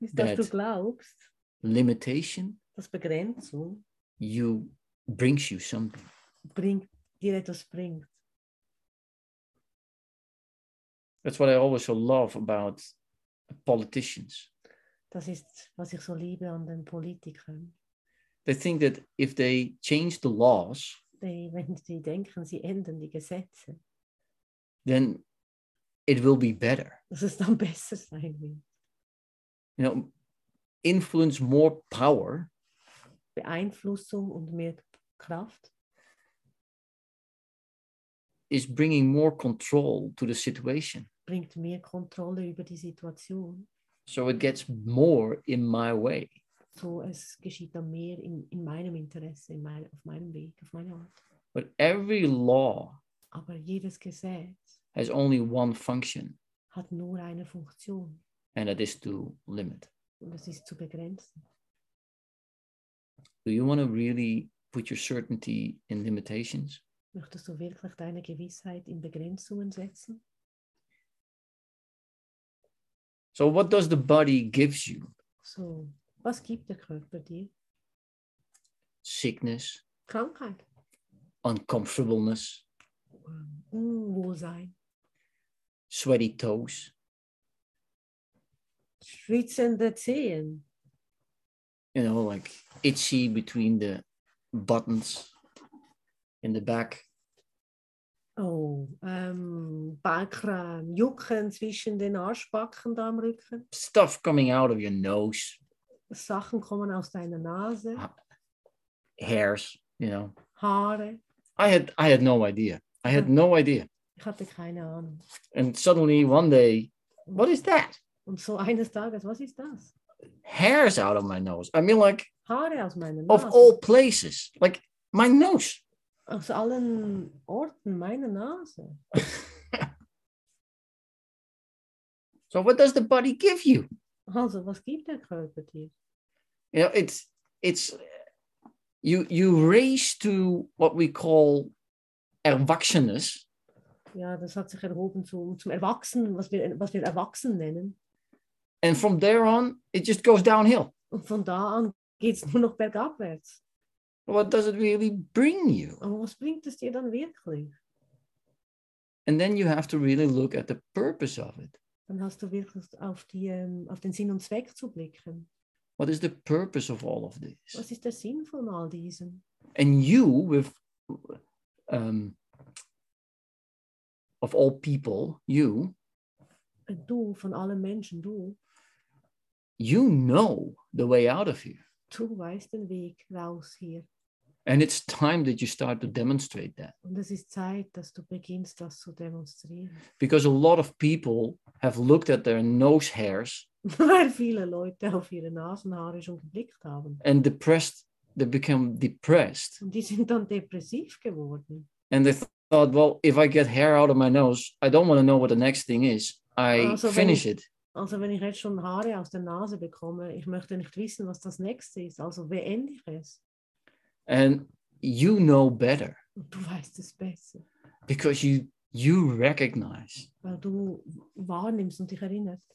[SPEAKER 2] ist, dass du
[SPEAKER 1] That-
[SPEAKER 2] glaubst,
[SPEAKER 1] limitation
[SPEAKER 2] dass Begrenzung
[SPEAKER 1] you brings you something
[SPEAKER 2] bringt, dir etwas bringt.
[SPEAKER 1] that's what i always so love about politicians
[SPEAKER 2] Das ist, was ich so liebe an den Politikern.
[SPEAKER 1] they think that if they change the laws
[SPEAKER 2] Die, wenn sie denken, sie ändern die Gesetze,
[SPEAKER 1] then it will be better
[SPEAKER 2] dass es dann [LAUGHS] besser sein wird.
[SPEAKER 1] you know influence more power
[SPEAKER 2] Beeinflussung und mehr Kraft
[SPEAKER 1] is bringing more control to the situation
[SPEAKER 2] bringt mehr Kontrolle über die Situation.
[SPEAKER 1] so it gets more in my way
[SPEAKER 2] So, es geschieht dann mehr in, in meinem Interesse, in mein, auf meinem Weg, auf meine Art.
[SPEAKER 1] but every law
[SPEAKER 2] Aber jedes Gesetz
[SPEAKER 1] has only one function
[SPEAKER 2] hat nur eine Funktion
[SPEAKER 1] and that is to limit
[SPEAKER 2] und das ist zu begrenzen.
[SPEAKER 1] do you want to really put your certainty in limitations
[SPEAKER 2] Möchtest du wirklich deine Gewissheit in Begrenzungen setzen?
[SPEAKER 1] so what does the body gives you
[SPEAKER 2] So, was gibt der Körper dir?
[SPEAKER 1] sickness
[SPEAKER 2] Krankheit,
[SPEAKER 1] uncomfortableness
[SPEAKER 2] ähm, Unwohlsein,
[SPEAKER 1] sweaty toes
[SPEAKER 2] schwitzende Zehen,
[SPEAKER 1] you know like itchy between the buttons in the back.
[SPEAKER 2] Oh, ähm, Bauchcreme, Jucken zwischen den Arschbacken da am Rücken.
[SPEAKER 1] Stuff coming out of your nose,
[SPEAKER 2] Sachen kommen aus deiner Nase,
[SPEAKER 1] Ah. hairs, you know.
[SPEAKER 2] Haare.
[SPEAKER 1] I had I had no idea. I had no idea.
[SPEAKER 2] Ich hatte keine Ahnung.
[SPEAKER 1] And suddenly one day, what is that?
[SPEAKER 2] Und so eines Tages, was ist das?
[SPEAKER 1] Hairs out of my nose. I mean, like
[SPEAKER 2] Haare aus meiner
[SPEAKER 1] of
[SPEAKER 2] Nase.
[SPEAKER 1] all places, like my nose.
[SPEAKER 2] aus allen Orten meiner Nase.
[SPEAKER 1] So what does the body give you?
[SPEAKER 2] Also, was gibt der Körper dir?
[SPEAKER 1] you know it's it's you you raise to what we call erwachsenes
[SPEAKER 2] Ja, das hat sich erhoben zu, zum Erwachsenen, was wir, was wir Erwachsen nennen.
[SPEAKER 1] and from there on it just goes downhill
[SPEAKER 2] Und von da an geht es nur noch bergabwärts.
[SPEAKER 1] what does it really bring you
[SPEAKER 2] Aber was bringt es dir dann wirklich?
[SPEAKER 1] and then you have to really look at the purpose of it
[SPEAKER 2] Dann hast du wirklich auf, die, ähm, auf den Sinn und Zweck zu blicken.
[SPEAKER 1] what is the purpose of all of this
[SPEAKER 2] Was ist der Sinn von all diesem?
[SPEAKER 1] and you with um of all people you
[SPEAKER 2] Und Äh, Du, von allen Menschen, du,
[SPEAKER 1] you know the way out of here
[SPEAKER 2] du weißt den Weg raus hier.
[SPEAKER 1] and it's time that you start to demonstrate that
[SPEAKER 2] Und es ist Zeit, dass du beginnst, das zu demonstrieren. [LAUGHS]
[SPEAKER 1] because a lot of people have looked at their nose hairs
[SPEAKER 2] Weil viele Leute auf ihre Nasenhaare schon geblickt haben.
[SPEAKER 1] and depressed they become depressed
[SPEAKER 2] Und die sind dann depressiv geworden.
[SPEAKER 1] and they thought well if i get hair out of my nose i don't want to know what the next thing is i
[SPEAKER 2] Ah, so
[SPEAKER 1] finish
[SPEAKER 2] when-
[SPEAKER 1] it
[SPEAKER 2] Also wenn ich jetzt schon Haare aus der Nase bekomme, ich möchte nicht wissen, was das nächste ist. Also beende ich es.
[SPEAKER 1] and you know better
[SPEAKER 2] Und du weißt es besser,
[SPEAKER 1] because you you recognize
[SPEAKER 2] weil du wahrnimmst und dich erinnerst,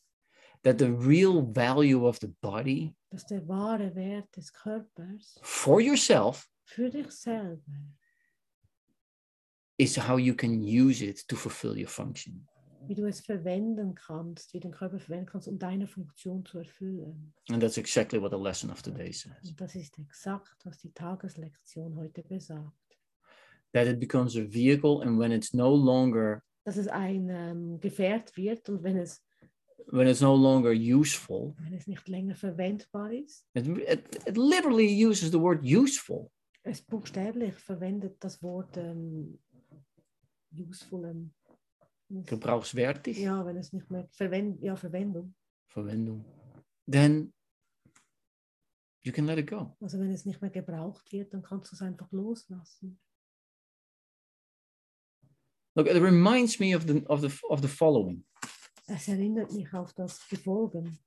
[SPEAKER 1] that the real value of the body
[SPEAKER 2] dass der wahre Wert des Körpers
[SPEAKER 1] for yourself
[SPEAKER 2] für dich selber
[SPEAKER 1] is how you can use it to fulfill your function
[SPEAKER 2] wie du es verwenden kannst, wie den Körper verwenden kannst, um deine Funktion zu erfüllen.
[SPEAKER 1] and that's exactly what the lesson of today says
[SPEAKER 2] Und das ist exakt, was die Tageslektion heute besagt.
[SPEAKER 1] that it becomes a vehicle and when it's no longer
[SPEAKER 2] Dass es ein ähm, Gefährt wird und wenn es,
[SPEAKER 1] when it's no longer useful
[SPEAKER 2] wenn es nicht länger verwendbar ist,
[SPEAKER 1] It, it, it literally uses the word useful.
[SPEAKER 2] es buchstäblich verwendet das Wort ähm, useful. Ähm,
[SPEAKER 1] Gebrauchswertig.
[SPEAKER 2] ja, wenn es nicht mehr verwend ja, Verwendung.
[SPEAKER 1] Verwendung. Then you can let it go.
[SPEAKER 2] Also wenn es nicht mehr gebraucht wird, dann kannst du es einfach loslassen.
[SPEAKER 1] Look, it reminds me of the of the of the following.
[SPEAKER 2] Es erinnert mich auf das Befolgen,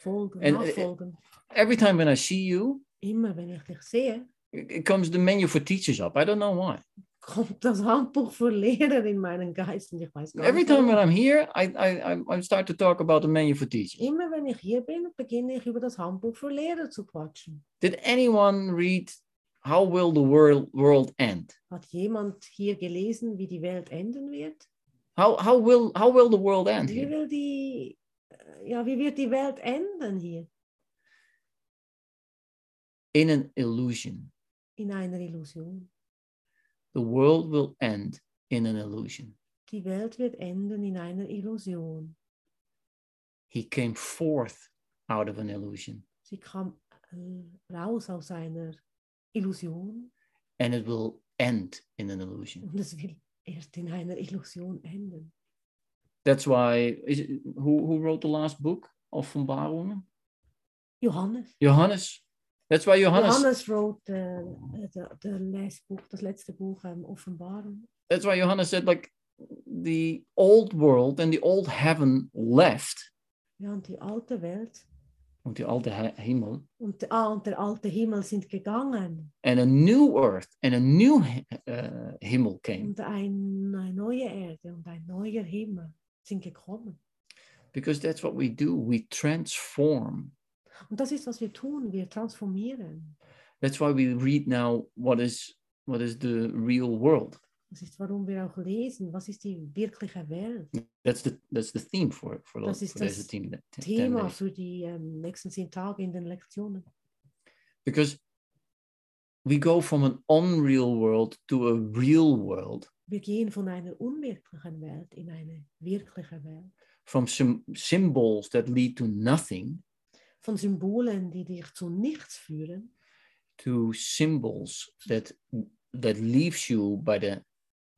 [SPEAKER 2] Folgen,
[SPEAKER 1] Ein-
[SPEAKER 2] Nachfolgen.
[SPEAKER 1] Every time when I see you,
[SPEAKER 2] Immer wenn ich dich sehe, [LAUGHS]
[SPEAKER 1] it it comes the menu for teachers up. I don't know why.
[SPEAKER 2] kommt das Handbuch für Lehrer in meinen Geist und ich weiß gar
[SPEAKER 1] Every
[SPEAKER 2] nicht.
[SPEAKER 1] time when
[SPEAKER 2] warum.
[SPEAKER 1] I'm here, I I I- I start to talk about the menu for teachers.
[SPEAKER 2] Immer wenn ich hier bin, beginne ich über das Handbuch für Lehrer zu quatschen.
[SPEAKER 1] Did anyone read How Will the World World End?
[SPEAKER 2] Hat jemand hier gelesen, wie die Welt enden wird?
[SPEAKER 1] How how will how will the world end
[SPEAKER 2] Wie
[SPEAKER 1] here?
[SPEAKER 2] will die, äh, ja, wie wird die Welt enden hier?
[SPEAKER 1] In an illusion.
[SPEAKER 2] In einer Illusion.
[SPEAKER 1] The world will end in an illusion.
[SPEAKER 2] Die Welt wird enden in einer Illusion.
[SPEAKER 1] he came forth out of an illusion
[SPEAKER 2] Sie kam äh, raus aus einer Illusion
[SPEAKER 1] and it will end in an illusion
[SPEAKER 2] und es will erst in einer Illusion enden.
[SPEAKER 1] that's why is it, who, who wrote the last book of Barungen?
[SPEAKER 2] Johannes.
[SPEAKER 1] johannes that's why johannes,
[SPEAKER 2] Johannes wrote the, äh, the, the last book, das letzte Buch, ähm, Offenbarung.
[SPEAKER 1] that's why johannes said like the old world and the old heaven left
[SPEAKER 2] Ja, und die alte Welt
[SPEAKER 1] want the oude he- hemel
[SPEAKER 2] und, ah, und der alte Himmel sind gegangen.
[SPEAKER 1] and a new earth and a new he- uh, himmel came
[SPEAKER 2] Und ein, eine neue Erde und ein neuer Himmel sind gekommen.
[SPEAKER 1] because that's what we do we transform
[SPEAKER 2] Und das ist, was wir tun. Wir transformieren.
[SPEAKER 1] that's why we read now what is what is the real world
[SPEAKER 2] Das ist, warum wir auch lesen. Was ist die wirkliche Welt?
[SPEAKER 1] That's the that's the theme for for,
[SPEAKER 2] Dat
[SPEAKER 1] those,
[SPEAKER 2] is
[SPEAKER 1] for deze
[SPEAKER 2] dat
[SPEAKER 1] team, ten
[SPEAKER 2] Thema
[SPEAKER 1] days.
[SPEAKER 2] für die ähm, nächsten zehn Tage in den Lektionen.
[SPEAKER 1] Because we go from an unreal world to a real world,
[SPEAKER 2] Wir gehen von einer unwirklichen Welt in eine wirkliche Welt.
[SPEAKER 1] from some symbols that lead to nothing
[SPEAKER 2] Von Symbolen, die dich zu nichts führen,
[SPEAKER 1] to symbols that that leaves you by the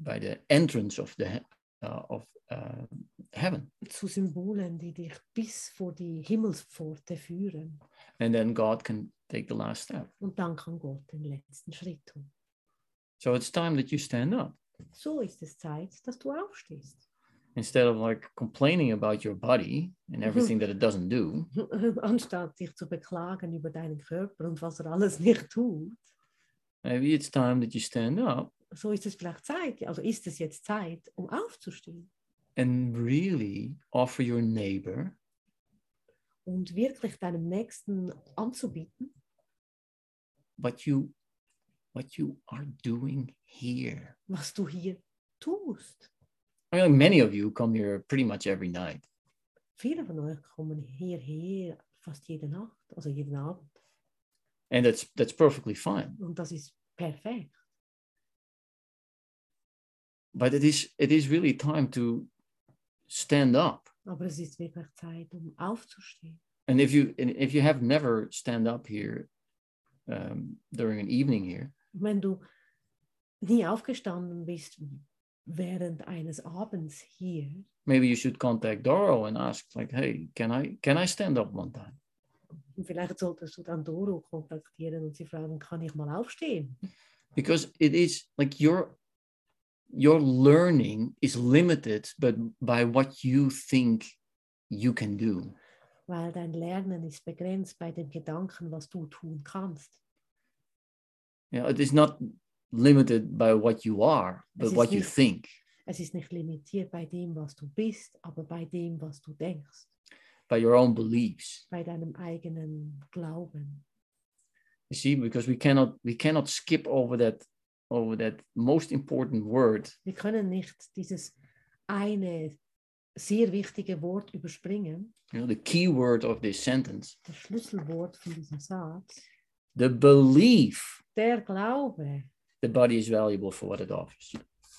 [SPEAKER 1] by the entrance of the he- uh, of uh, heaven.
[SPEAKER 2] zu Symbolen, die dich bis vor die Himmelspforte führen.
[SPEAKER 1] And then God can take the last step.
[SPEAKER 2] Und dann kann Gott den letzten Schritt tun.
[SPEAKER 1] So it's time that you stand up
[SPEAKER 2] So ist es Zeit, dass du aufstehst. [LAUGHS]
[SPEAKER 1] instead of like complaining about your body and everything that it doesn't do.
[SPEAKER 2] Anstatt dich zu beklagen über deinen Körper und was er alles nicht tut,
[SPEAKER 1] Maybe it's time that you stand up
[SPEAKER 2] so ist es vielleicht Zeit, also ist es jetzt Zeit, um aufzustehen
[SPEAKER 1] and really offer your neighbor
[SPEAKER 2] und wirklich deinem Nächsten anzubieten,
[SPEAKER 1] what you what you are doing here.
[SPEAKER 2] was du hier tust.
[SPEAKER 1] I mean, many of you come here pretty much every night.
[SPEAKER 2] Viele von euch kommen hierher fast jede Nacht, also jeden Abend.
[SPEAKER 1] And that's that's perfectly fine.
[SPEAKER 2] Und das ist perfekt.
[SPEAKER 1] But it is it is really time to stand up.
[SPEAKER 2] Aber es ist wirklich Zeit, um aufzustehen.
[SPEAKER 1] And if you and if you have never stand up here um, during an evening here,
[SPEAKER 2] Und wenn du nie aufgestanden bist während eines Abends hier,
[SPEAKER 1] maybe you should contact Doro and ask like, hey, can I can I stand up one time?
[SPEAKER 2] Und vielleicht solltest du dann Doro kontaktieren und sie fragen, kann ich mal aufstehen?
[SPEAKER 1] Because it is like your your learning is limited, but by what you think you can do.
[SPEAKER 2] Weil dein Lernen ist begrenzt bei dem Gedanken, was du tun kannst.
[SPEAKER 1] You know, it is not limited by what you are, but
[SPEAKER 2] is
[SPEAKER 1] what you
[SPEAKER 2] niet-
[SPEAKER 1] think.
[SPEAKER 2] Es ist nicht limitiert bei dem, was du bist, aber bei dem, was du denkst,
[SPEAKER 1] by your own beliefs
[SPEAKER 2] bei deinem eigenen Glauben.
[SPEAKER 1] you see because we cannot we cannot skip over that over that most important word
[SPEAKER 2] Wir können nicht dieses eine sehr wichtige Wort überspringen,
[SPEAKER 1] you know the key word of this sentence
[SPEAKER 2] das Schlüsselwort von diesem Satz,
[SPEAKER 1] the belief
[SPEAKER 2] der Glaube.
[SPEAKER 1] the body is valuable for what it offers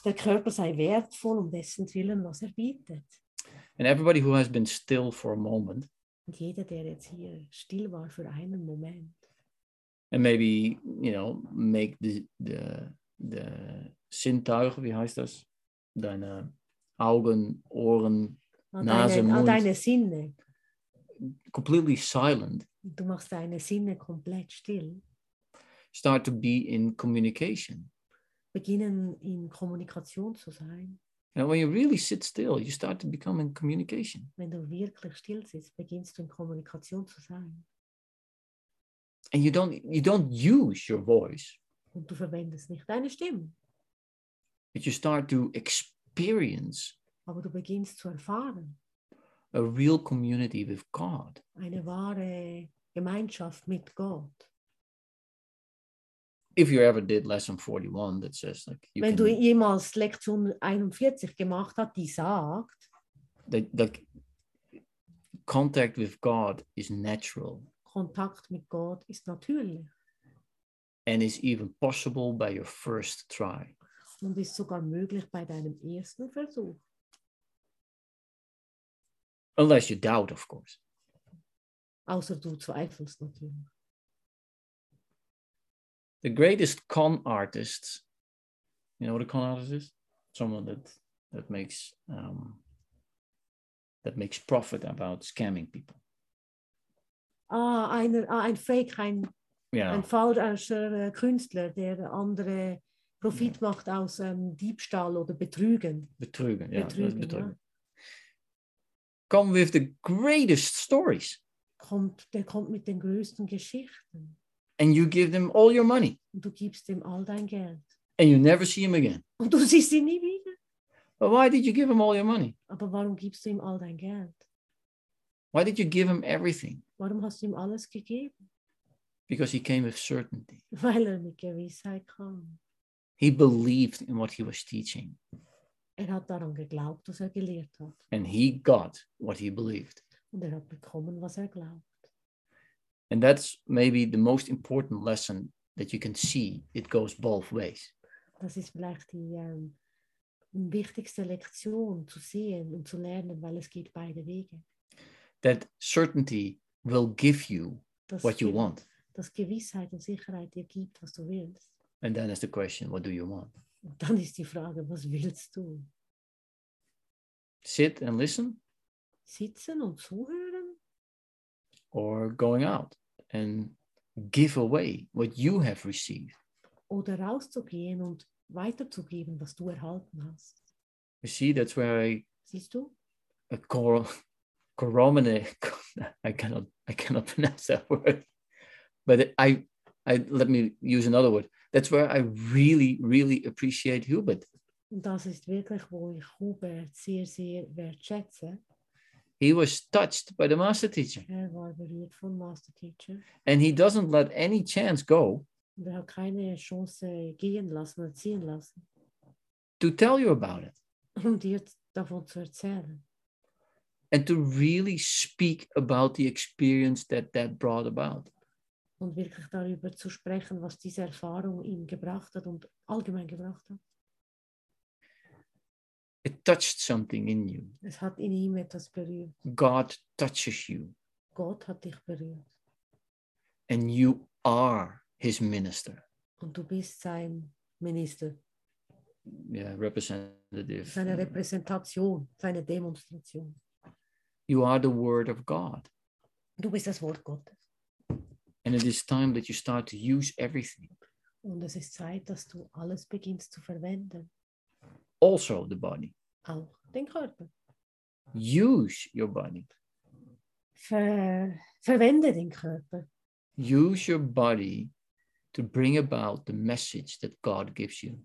[SPEAKER 2] Der Körper sei wertvoll um dessen Willen, was er bietet.
[SPEAKER 1] and everybody who has been still for a moment
[SPEAKER 2] Und jeder, der jetzt hier still war für einen Moment,
[SPEAKER 1] and maybe you know make the the the zintuigen wie heißt das deine augen ohren
[SPEAKER 2] all
[SPEAKER 1] Nase,
[SPEAKER 2] deine, all
[SPEAKER 1] Mund.
[SPEAKER 2] deine Sinne,
[SPEAKER 1] completely silent
[SPEAKER 2] du machst deine Sinne komplett still,
[SPEAKER 1] start to be in communication
[SPEAKER 2] beginnen in Kommunikation zu sein.
[SPEAKER 1] and when you really sit still you start to become in communication
[SPEAKER 2] Wenn du wirklich still sitzt, beginnst du in Kommunikation zu sein.
[SPEAKER 1] and you don't you don't use your voice
[SPEAKER 2] Und du verwendest nicht deine Stimme,
[SPEAKER 1] but you start to experience
[SPEAKER 2] aber du beginnst zu erfahren,
[SPEAKER 1] a real community with god
[SPEAKER 2] eine wahre Gemeinschaft mit Gott.
[SPEAKER 1] if you ever did lesson 41 that says like you
[SPEAKER 2] Wenn
[SPEAKER 1] can,
[SPEAKER 2] du jemals Lektion 41 gemacht hast, die sagt,
[SPEAKER 1] that, that contact with god is natural
[SPEAKER 2] Kontakt mit Gott ist natürlich
[SPEAKER 1] and is even possible by your first try
[SPEAKER 2] und ist sogar möglich bei deinem ersten Versuch.
[SPEAKER 1] unless you doubt of course
[SPEAKER 2] Außer du zweifelst natürlich.
[SPEAKER 1] the greatest con artists you know what a con artist is someone that that makes um, that makes profit about scamming people
[SPEAKER 2] Ah, eine, ah, ein Fake, ein,
[SPEAKER 1] yeah
[SPEAKER 2] ein falscher äh, Künstler, der andere Profit macht aus ähm, Diebstahl oder Betrügen.
[SPEAKER 1] Betrügen, ja.
[SPEAKER 2] Betrügen,
[SPEAKER 1] dat is
[SPEAKER 2] ja.
[SPEAKER 1] betrügen. Come with the greatest stories.
[SPEAKER 2] Kommt, der kommt mit den größten Geschichten.
[SPEAKER 1] And you give them all your money.
[SPEAKER 2] Und du gibst ihm all dein Geld.
[SPEAKER 1] And you never see him again.
[SPEAKER 2] Und du siehst ihn nie wieder.
[SPEAKER 1] But why did you give him all your money?
[SPEAKER 2] Aber warum gibst du ihm all dein Geld?
[SPEAKER 1] Why did you give him everything?
[SPEAKER 2] Warum hast du ihm alles gegeben? [LAUGHS]
[SPEAKER 1] Because he came with certainty.
[SPEAKER 2] Weil er mit Gewissheit kam.
[SPEAKER 1] He believed in what he was teaching.
[SPEAKER 2] Er hat daran geglaubt, was er gelehrt hat.
[SPEAKER 1] And he got what he believed.
[SPEAKER 2] Und er hat bekommen, was er glaubt.
[SPEAKER 1] And that's maybe the most important lesson that you can see it goes both ways.
[SPEAKER 2] Das ist vielleicht die ähm, wichtigste Lektion zu sehen und zu lernen, weil es geht beide Wege.
[SPEAKER 1] That certainty will give you
[SPEAKER 2] Dass,
[SPEAKER 1] what you
[SPEAKER 2] Gew-
[SPEAKER 1] want.
[SPEAKER 2] dass Gewissheit und Sicherheit dir gibt, was du willst.
[SPEAKER 1] And then is the question, what do you want?
[SPEAKER 2] Und dann ist die Frage, was willst du?
[SPEAKER 1] Sit and listen
[SPEAKER 2] Sitzen und zuhören
[SPEAKER 1] or going out and give away what you have received?
[SPEAKER 2] oder rauszugehen und weiterzugeben, was du erhalten hast?
[SPEAKER 1] You see, that's where I
[SPEAKER 2] Siehst du?
[SPEAKER 1] a cor- coromine, [LAUGHS] I cannot I cannot [LAUGHS] pronounce that word. But I I let me use another word. That's where I really, really appreciate Hubert.
[SPEAKER 2] Und das ist wirklich, wo ich Hubert sehr, sehr wertschätze.
[SPEAKER 1] He was touched by the master teacher.
[SPEAKER 2] Er war berührt von Master Teacher.
[SPEAKER 1] And he doesn't let any chance go
[SPEAKER 2] Und er hat keine Chance gehen lassen oder ziehen lassen, [LAUGHS]
[SPEAKER 1] to tell you about it
[SPEAKER 2] um dir davon zu erzählen.
[SPEAKER 1] and to really speak about the experience that that brought about.
[SPEAKER 2] Und wirklich darüber zu sprechen, was diese Erfahrung ihm gebracht hat und allgemein gebracht hat.
[SPEAKER 1] It touched something in you.
[SPEAKER 2] Es hat in ihm etwas berührt.
[SPEAKER 1] God touches you,
[SPEAKER 2] Gott hat dich berührt.
[SPEAKER 1] and you are his minister.
[SPEAKER 2] Und du bist sein Minister,
[SPEAKER 1] Yeah, representative.
[SPEAKER 2] seine Repräsentation, seine Demonstration.
[SPEAKER 1] You are the word of God.
[SPEAKER 2] Du bist das Wort Gottes.
[SPEAKER 1] And it is time that you start to use everything,
[SPEAKER 2] Und es ist Zeit, dass du alles beginnst zu verwenden.
[SPEAKER 1] also the body.
[SPEAKER 2] Auch den Körper.
[SPEAKER 1] Use your body.
[SPEAKER 2] Ver verwende den Körper.
[SPEAKER 1] Use your body to bring about the message that God gives you.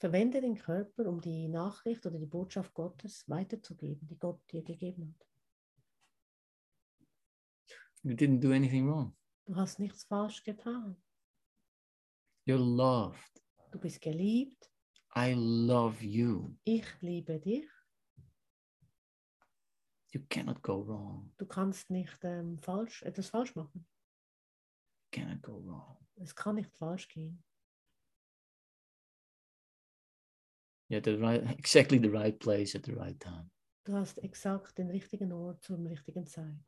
[SPEAKER 2] Verwende den Körper, um die Nachricht oder die Botschaft Gottes weiterzugeben, die Gott dir gegeben hat.
[SPEAKER 1] You didn't do anything wrong.
[SPEAKER 2] Du hast nichts falsch getan.
[SPEAKER 1] You're loved.
[SPEAKER 2] Du bist geliebt.
[SPEAKER 1] I love you.
[SPEAKER 2] Ich liebe dich.
[SPEAKER 1] You cannot go wrong.
[SPEAKER 2] Du kannst nicht ähm, falsch, etwas falsch machen.
[SPEAKER 1] Cannot go wrong.
[SPEAKER 2] Es kann nicht falsch gehen.
[SPEAKER 1] You're at the right, [LAUGHS] exactly the right place at the right time.
[SPEAKER 2] Du hast exakt den richtigen Ort zur richtigen Zeit.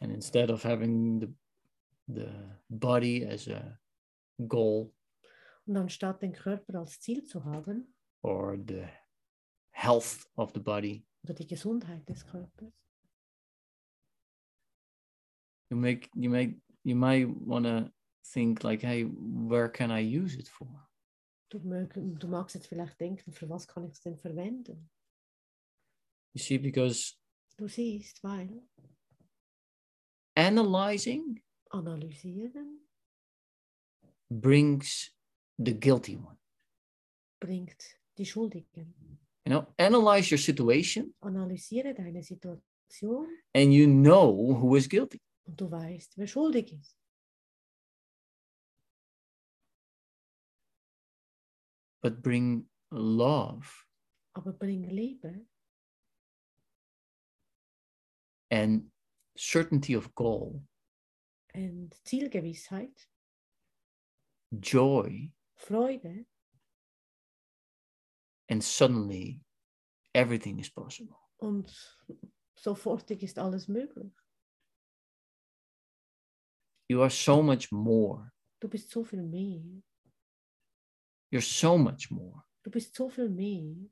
[SPEAKER 1] And instead of having the the body as a goal
[SPEAKER 2] Und anstatt den Körper als Ziel zu haben,
[SPEAKER 1] or the health of the body,
[SPEAKER 2] oder die Gesundheit des Körpers,
[SPEAKER 1] you make you make you might want to think like, hey, where can I use it for?
[SPEAKER 2] du, mög, du magst jetzt vielleicht denken, für was kann ich es denn verwenden?
[SPEAKER 1] You see, because
[SPEAKER 2] Du siehst, weil
[SPEAKER 1] analyzing
[SPEAKER 2] analysieren
[SPEAKER 1] brings the guilty one.
[SPEAKER 2] bringt die Schuldigen.
[SPEAKER 1] You know, analyze your situation
[SPEAKER 2] Analysiere deine Situation
[SPEAKER 1] and you know who is guilty.
[SPEAKER 2] und du weißt, wer schuldig ist.
[SPEAKER 1] But bring love
[SPEAKER 2] Aber bring Liebe
[SPEAKER 1] and certainty of goal,
[SPEAKER 2] und Zielgewissheit,
[SPEAKER 1] joy,
[SPEAKER 2] Freude
[SPEAKER 1] and suddenly everything is possible.
[SPEAKER 2] und sofortig ist alles möglich.
[SPEAKER 1] You are so much more.
[SPEAKER 2] Du bist so viel mehr.
[SPEAKER 1] You're so much more.
[SPEAKER 2] Du bist so viel mehr.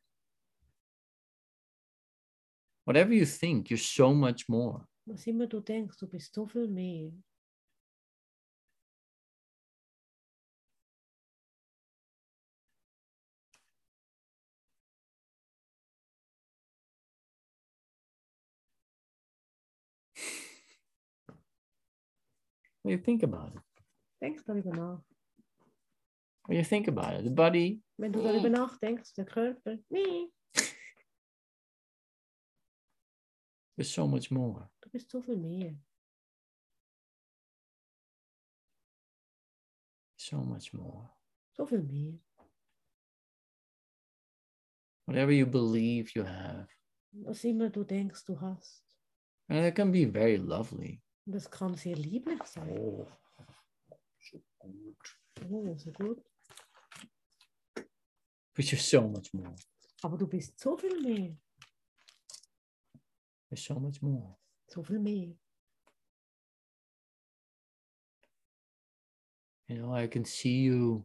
[SPEAKER 1] Whatever you think, you're so much more.
[SPEAKER 2] Was immer du denkst, du bist so viel mehr.
[SPEAKER 1] When you think about it,
[SPEAKER 2] Denk darüber nach.
[SPEAKER 1] when you think about it, the body
[SPEAKER 2] Wenn du darüber nachdenkst, der Körper, nee,
[SPEAKER 1] is so much more.
[SPEAKER 2] du bist so viel mehr.
[SPEAKER 1] So much more.
[SPEAKER 2] So viel mehr.
[SPEAKER 1] Whatever you believe you have,
[SPEAKER 2] Was immer du denkst, du hast,
[SPEAKER 1] And it can be very lovely.
[SPEAKER 2] Das kann sehr lieblich sein.
[SPEAKER 1] Oh, so good.
[SPEAKER 2] Oh, so gut.
[SPEAKER 1] But you're so much more.
[SPEAKER 2] Aber du bist so viel mehr.
[SPEAKER 1] There's so much more.
[SPEAKER 2] So viel mehr.
[SPEAKER 1] You know, I can see you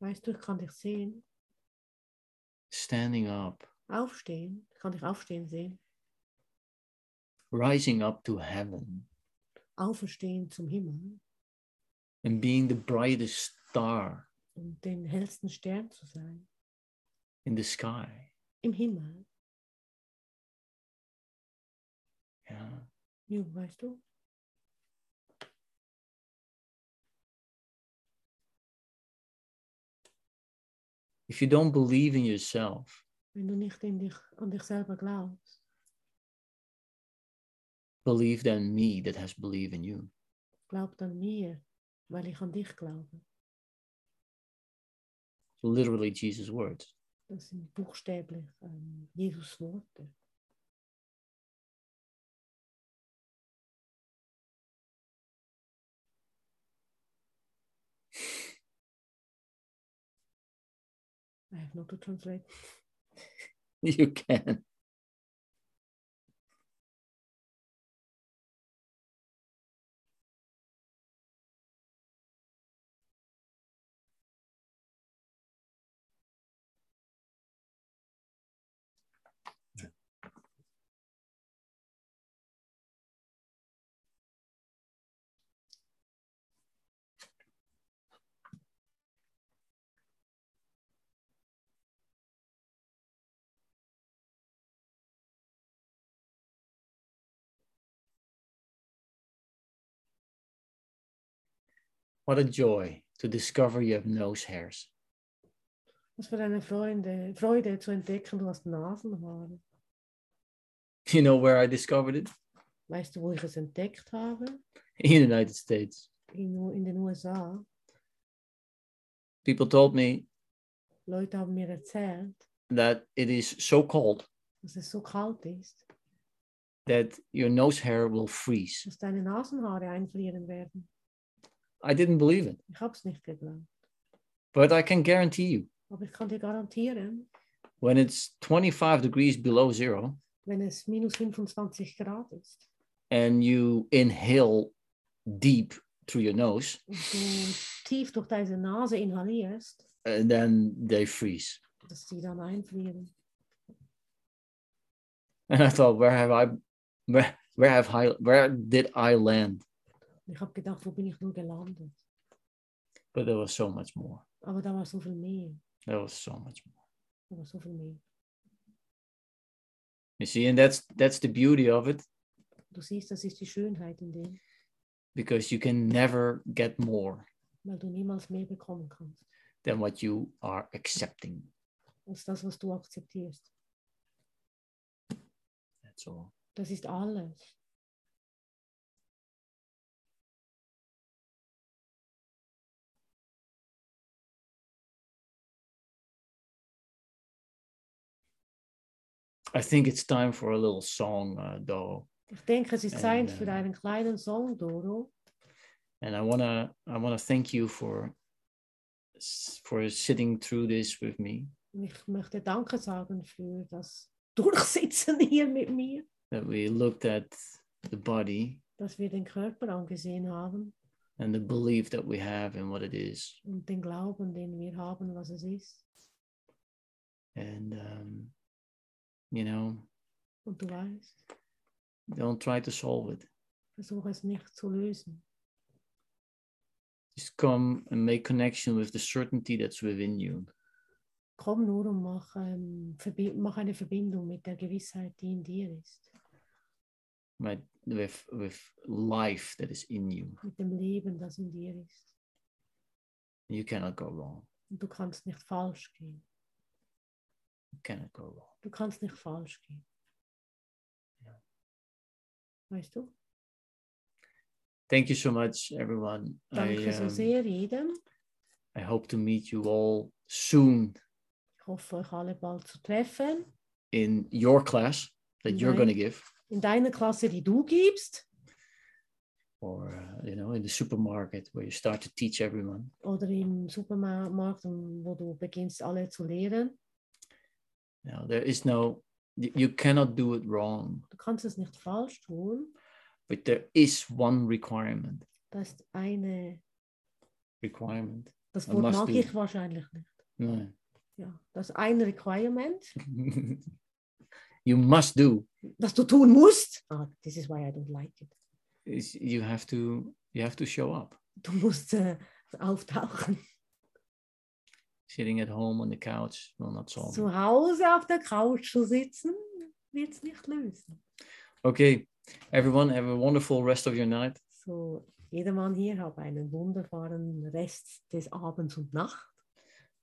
[SPEAKER 2] Weißt du, ich kann dich sehen.
[SPEAKER 1] standing up,
[SPEAKER 2] Aufstehen. Ich kann dich aufstehen sehen.
[SPEAKER 1] rising up to heaven,
[SPEAKER 2] Auferstehen zum Himmel.
[SPEAKER 1] and being the brightest star
[SPEAKER 2] Und den hellsten Stern zu sein.
[SPEAKER 1] in the sky.
[SPEAKER 2] Im Himmel.
[SPEAKER 1] Yeah.
[SPEAKER 2] Ja, weißt du?
[SPEAKER 1] If you don't believe in yourself,
[SPEAKER 2] Wenn du nicht in dich, an dich selber glaubst,
[SPEAKER 1] believe then me that has believed in you.
[SPEAKER 2] glaub an mir, weil ich an dich glaube.
[SPEAKER 1] Literally Jesus' words. [LAUGHS]
[SPEAKER 2] Das sind buchstäblich ähm, Jesus Worte. I have not to translate.
[SPEAKER 1] You can. What a joy to discover you have nose hairs.
[SPEAKER 2] Was für eine Freude, Freude zu entdecken, du hast Nasenhaare.
[SPEAKER 1] [LAUGHS] You know where I discovered it?
[SPEAKER 2] Weißt du, wo ich es entdeckt habe?
[SPEAKER 1] In the United States.
[SPEAKER 2] In, in den USA.
[SPEAKER 1] People told me
[SPEAKER 2] Leute haben mir erzählt,
[SPEAKER 1] that it is so cold
[SPEAKER 2] dass es so kalt ist,
[SPEAKER 1] that your nose hair will freeze.
[SPEAKER 2] dass deine Nasenhaare einfrieren werden.
[SPEAKER 1] I didn't believe it,
[SPEAKER 2] Ich habe es nicht geglaubt.
[SPEAKER 1] but I can guarantee you
[SPEAKER 2] Aber ich kann dir garantieren,
[SPEAKER 1] when it's 25 degrees below zero
[SPEAKER 2] wenn es minus 25 Grad ist
[SPEAKER 1] and you inhale deep through your nose,
[SPEAKER 2] und du tief durch deine Nase inhalierst,
[SPEAKER 1] uh, then they freeze.
[SPEAKER 2] dass die dann einfrieren.
[SPEAKER 1] And I thought, where have I, where, where have I, where did I land?
[SPEAKER 2] Und ich habe gedacht, wo bin ich nur gelandet?
[SPEAKER 1] But there was so much more.
[SPEAKER 2] Aber da war so viel mehr.
[SPEAKER 1] There was so much more.
[SPEAKER 2] Da war so viel mehr.
[SPEAKER 1] You see, and that's that's the beauty of it
[SPEAKER 2] Du siehst, das ist die Schönheit in dem,
[SPEAKER 1] because you can never get more
[SPEAKER 2] weil du niemals mehr bekommen kannst,
[SPEAKER 1] than what you are accepting.
[SPEAKER 2] als das, was du akzeptierst.
[SPEAKER 1] That's all.
[SPEAKER 2] Das ist alles.
[SPEAKER 1] I think it's time for a little song, uh, though,
[SPEAKER 2] Ich denke, es ist Zeit
[SPEAKER 1] Ähm.
[SPEAKER 2] für einen kleinen Song, Doro.
[SPEAKER 1] and I wanna I wanna thank you for s- for sitting through this with me.
[SPEAKER 2] Und ich möchte Danke sagen für das Durchsitzen [LAUGHS] hier mit mir,
[SPEAKER 1] That we looked at the body
[SPEAKER 2] dass wir den Körper angesehen haben
[SPEAKER 1] and the belief that we have in what it is,
[SPEAKER 2] und den Glauben, den wir haben, was es ist.
[SPEAKER 1] and um, you know,
[SPEAKER 2] Und du weißt,
[SPEAKER 1] don't try to solve it.
[SPEAKER 2] versuche es nicht zu lösen.
[SPEAKER 1] Just come and make connection with the certainty that's within you.
[SPEAKER 2] Komm nur und mach, ähm, Verbi- mach eine Verbindung mit der Gewissheit, die in dir ist,
[SPEAKER 1] my with with life that is in you
[SPEAKER 2] mit dem Leben, das in dir ist.
[SPEAKER 1] you cannot go wrong
[SPEAKER 2] Und du kannst nicht falsch gehen.
[SPEAKER 1] you cannot go wrong
[SPEAKER 2] Du kannst nicht falsch gehen.
[SPEAKER 1] Ja.
[SPEAKER 2] Weißt du?
[SPEAKER 1] thank you so much everyone
[SPEAKER 2] Danke
[SPEAKER 1] I,
[SPEAKER 2] so
[SPEAKER 1] um,
[SPEAKER 2] sehr jedem.
[SPEAKER 1] I hope to meet you all soon
[SPEAKER 2] Ich hoffe, euch alle bald zu treffen.
[SPEAKER 1] in your class that you're going to
[SPEAKER 2] Right.
[SPEAKER 1] give
[SPEAKER 2] in deiner Klasse, die du gibst,
[SPEAKER 1] or uh, you know in the supermarket where you start to teach everyone
[SPEAKER 2] oder im Supermarkt, wo du beginnst, alle zu lehren.
[SPEAKER 1] you know, there is no you you cannot do it wrong
[SPEAKER 2] Du kannst es nicht falsch tun.
[SPEAKER 1] but there is one requirement
[SPEAKER 2] Das ist eine,
[SPEAKER 1] requirement [LAUGHS]
[SPEAKER 2] das
[SPEAKER 1] Man
[SPEAKER 2] Wort
[SPEAKER 1] muss
[SPEAKER 2] mag
[SPEAKER 1] du-
[SPEAKER 2] ich wahrscheinlich nicht.
[SPEAKER 1] No.
[SPEAKER 2] Ja, das ist ein Requirement,
[SPEAKER 1] you must do
[SPEAKER 2] das du tun musst. Ah, this is why I don't like it.
[SPEAKER 1] is you have to you have to show up
[SPEAKER 2] Du musst äh, auftauchen.
[SPEAKER 1] sitting at home on the couch will not solve it.
[SPEAKER 2] Zu Hause auf der Couch zu sitzen, wird es nicht lösen.
[SPEAKER 1] okay everyone have a wonderful rest of your night
[SPEAKER 2] So, jedermann hier hat einen wunderbaren Rest des Abends und Nacht.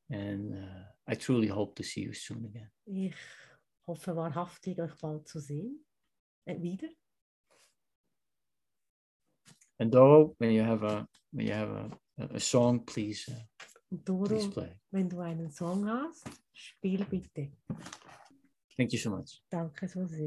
[SPEAKER 1] and uh, i truly hope to see you soon again
[SPEAKER 2] Ich hoffe wahrhaftig, euch bald zu sehen. Äh, wieder.
[SPEAKER 1] and doro when you have a when you have a, a- a song please uh,
[SPEAKER 2] Und
[SPEAKER 1] please
[SPEAKER 2] Doro,
[SPEAKER 1] play
[SPEAKER 2] wenn du einen Song hast, spiel bitte.
[SPEAKER 1] thank you so much
[SPEAKER 2] Danke so sehr.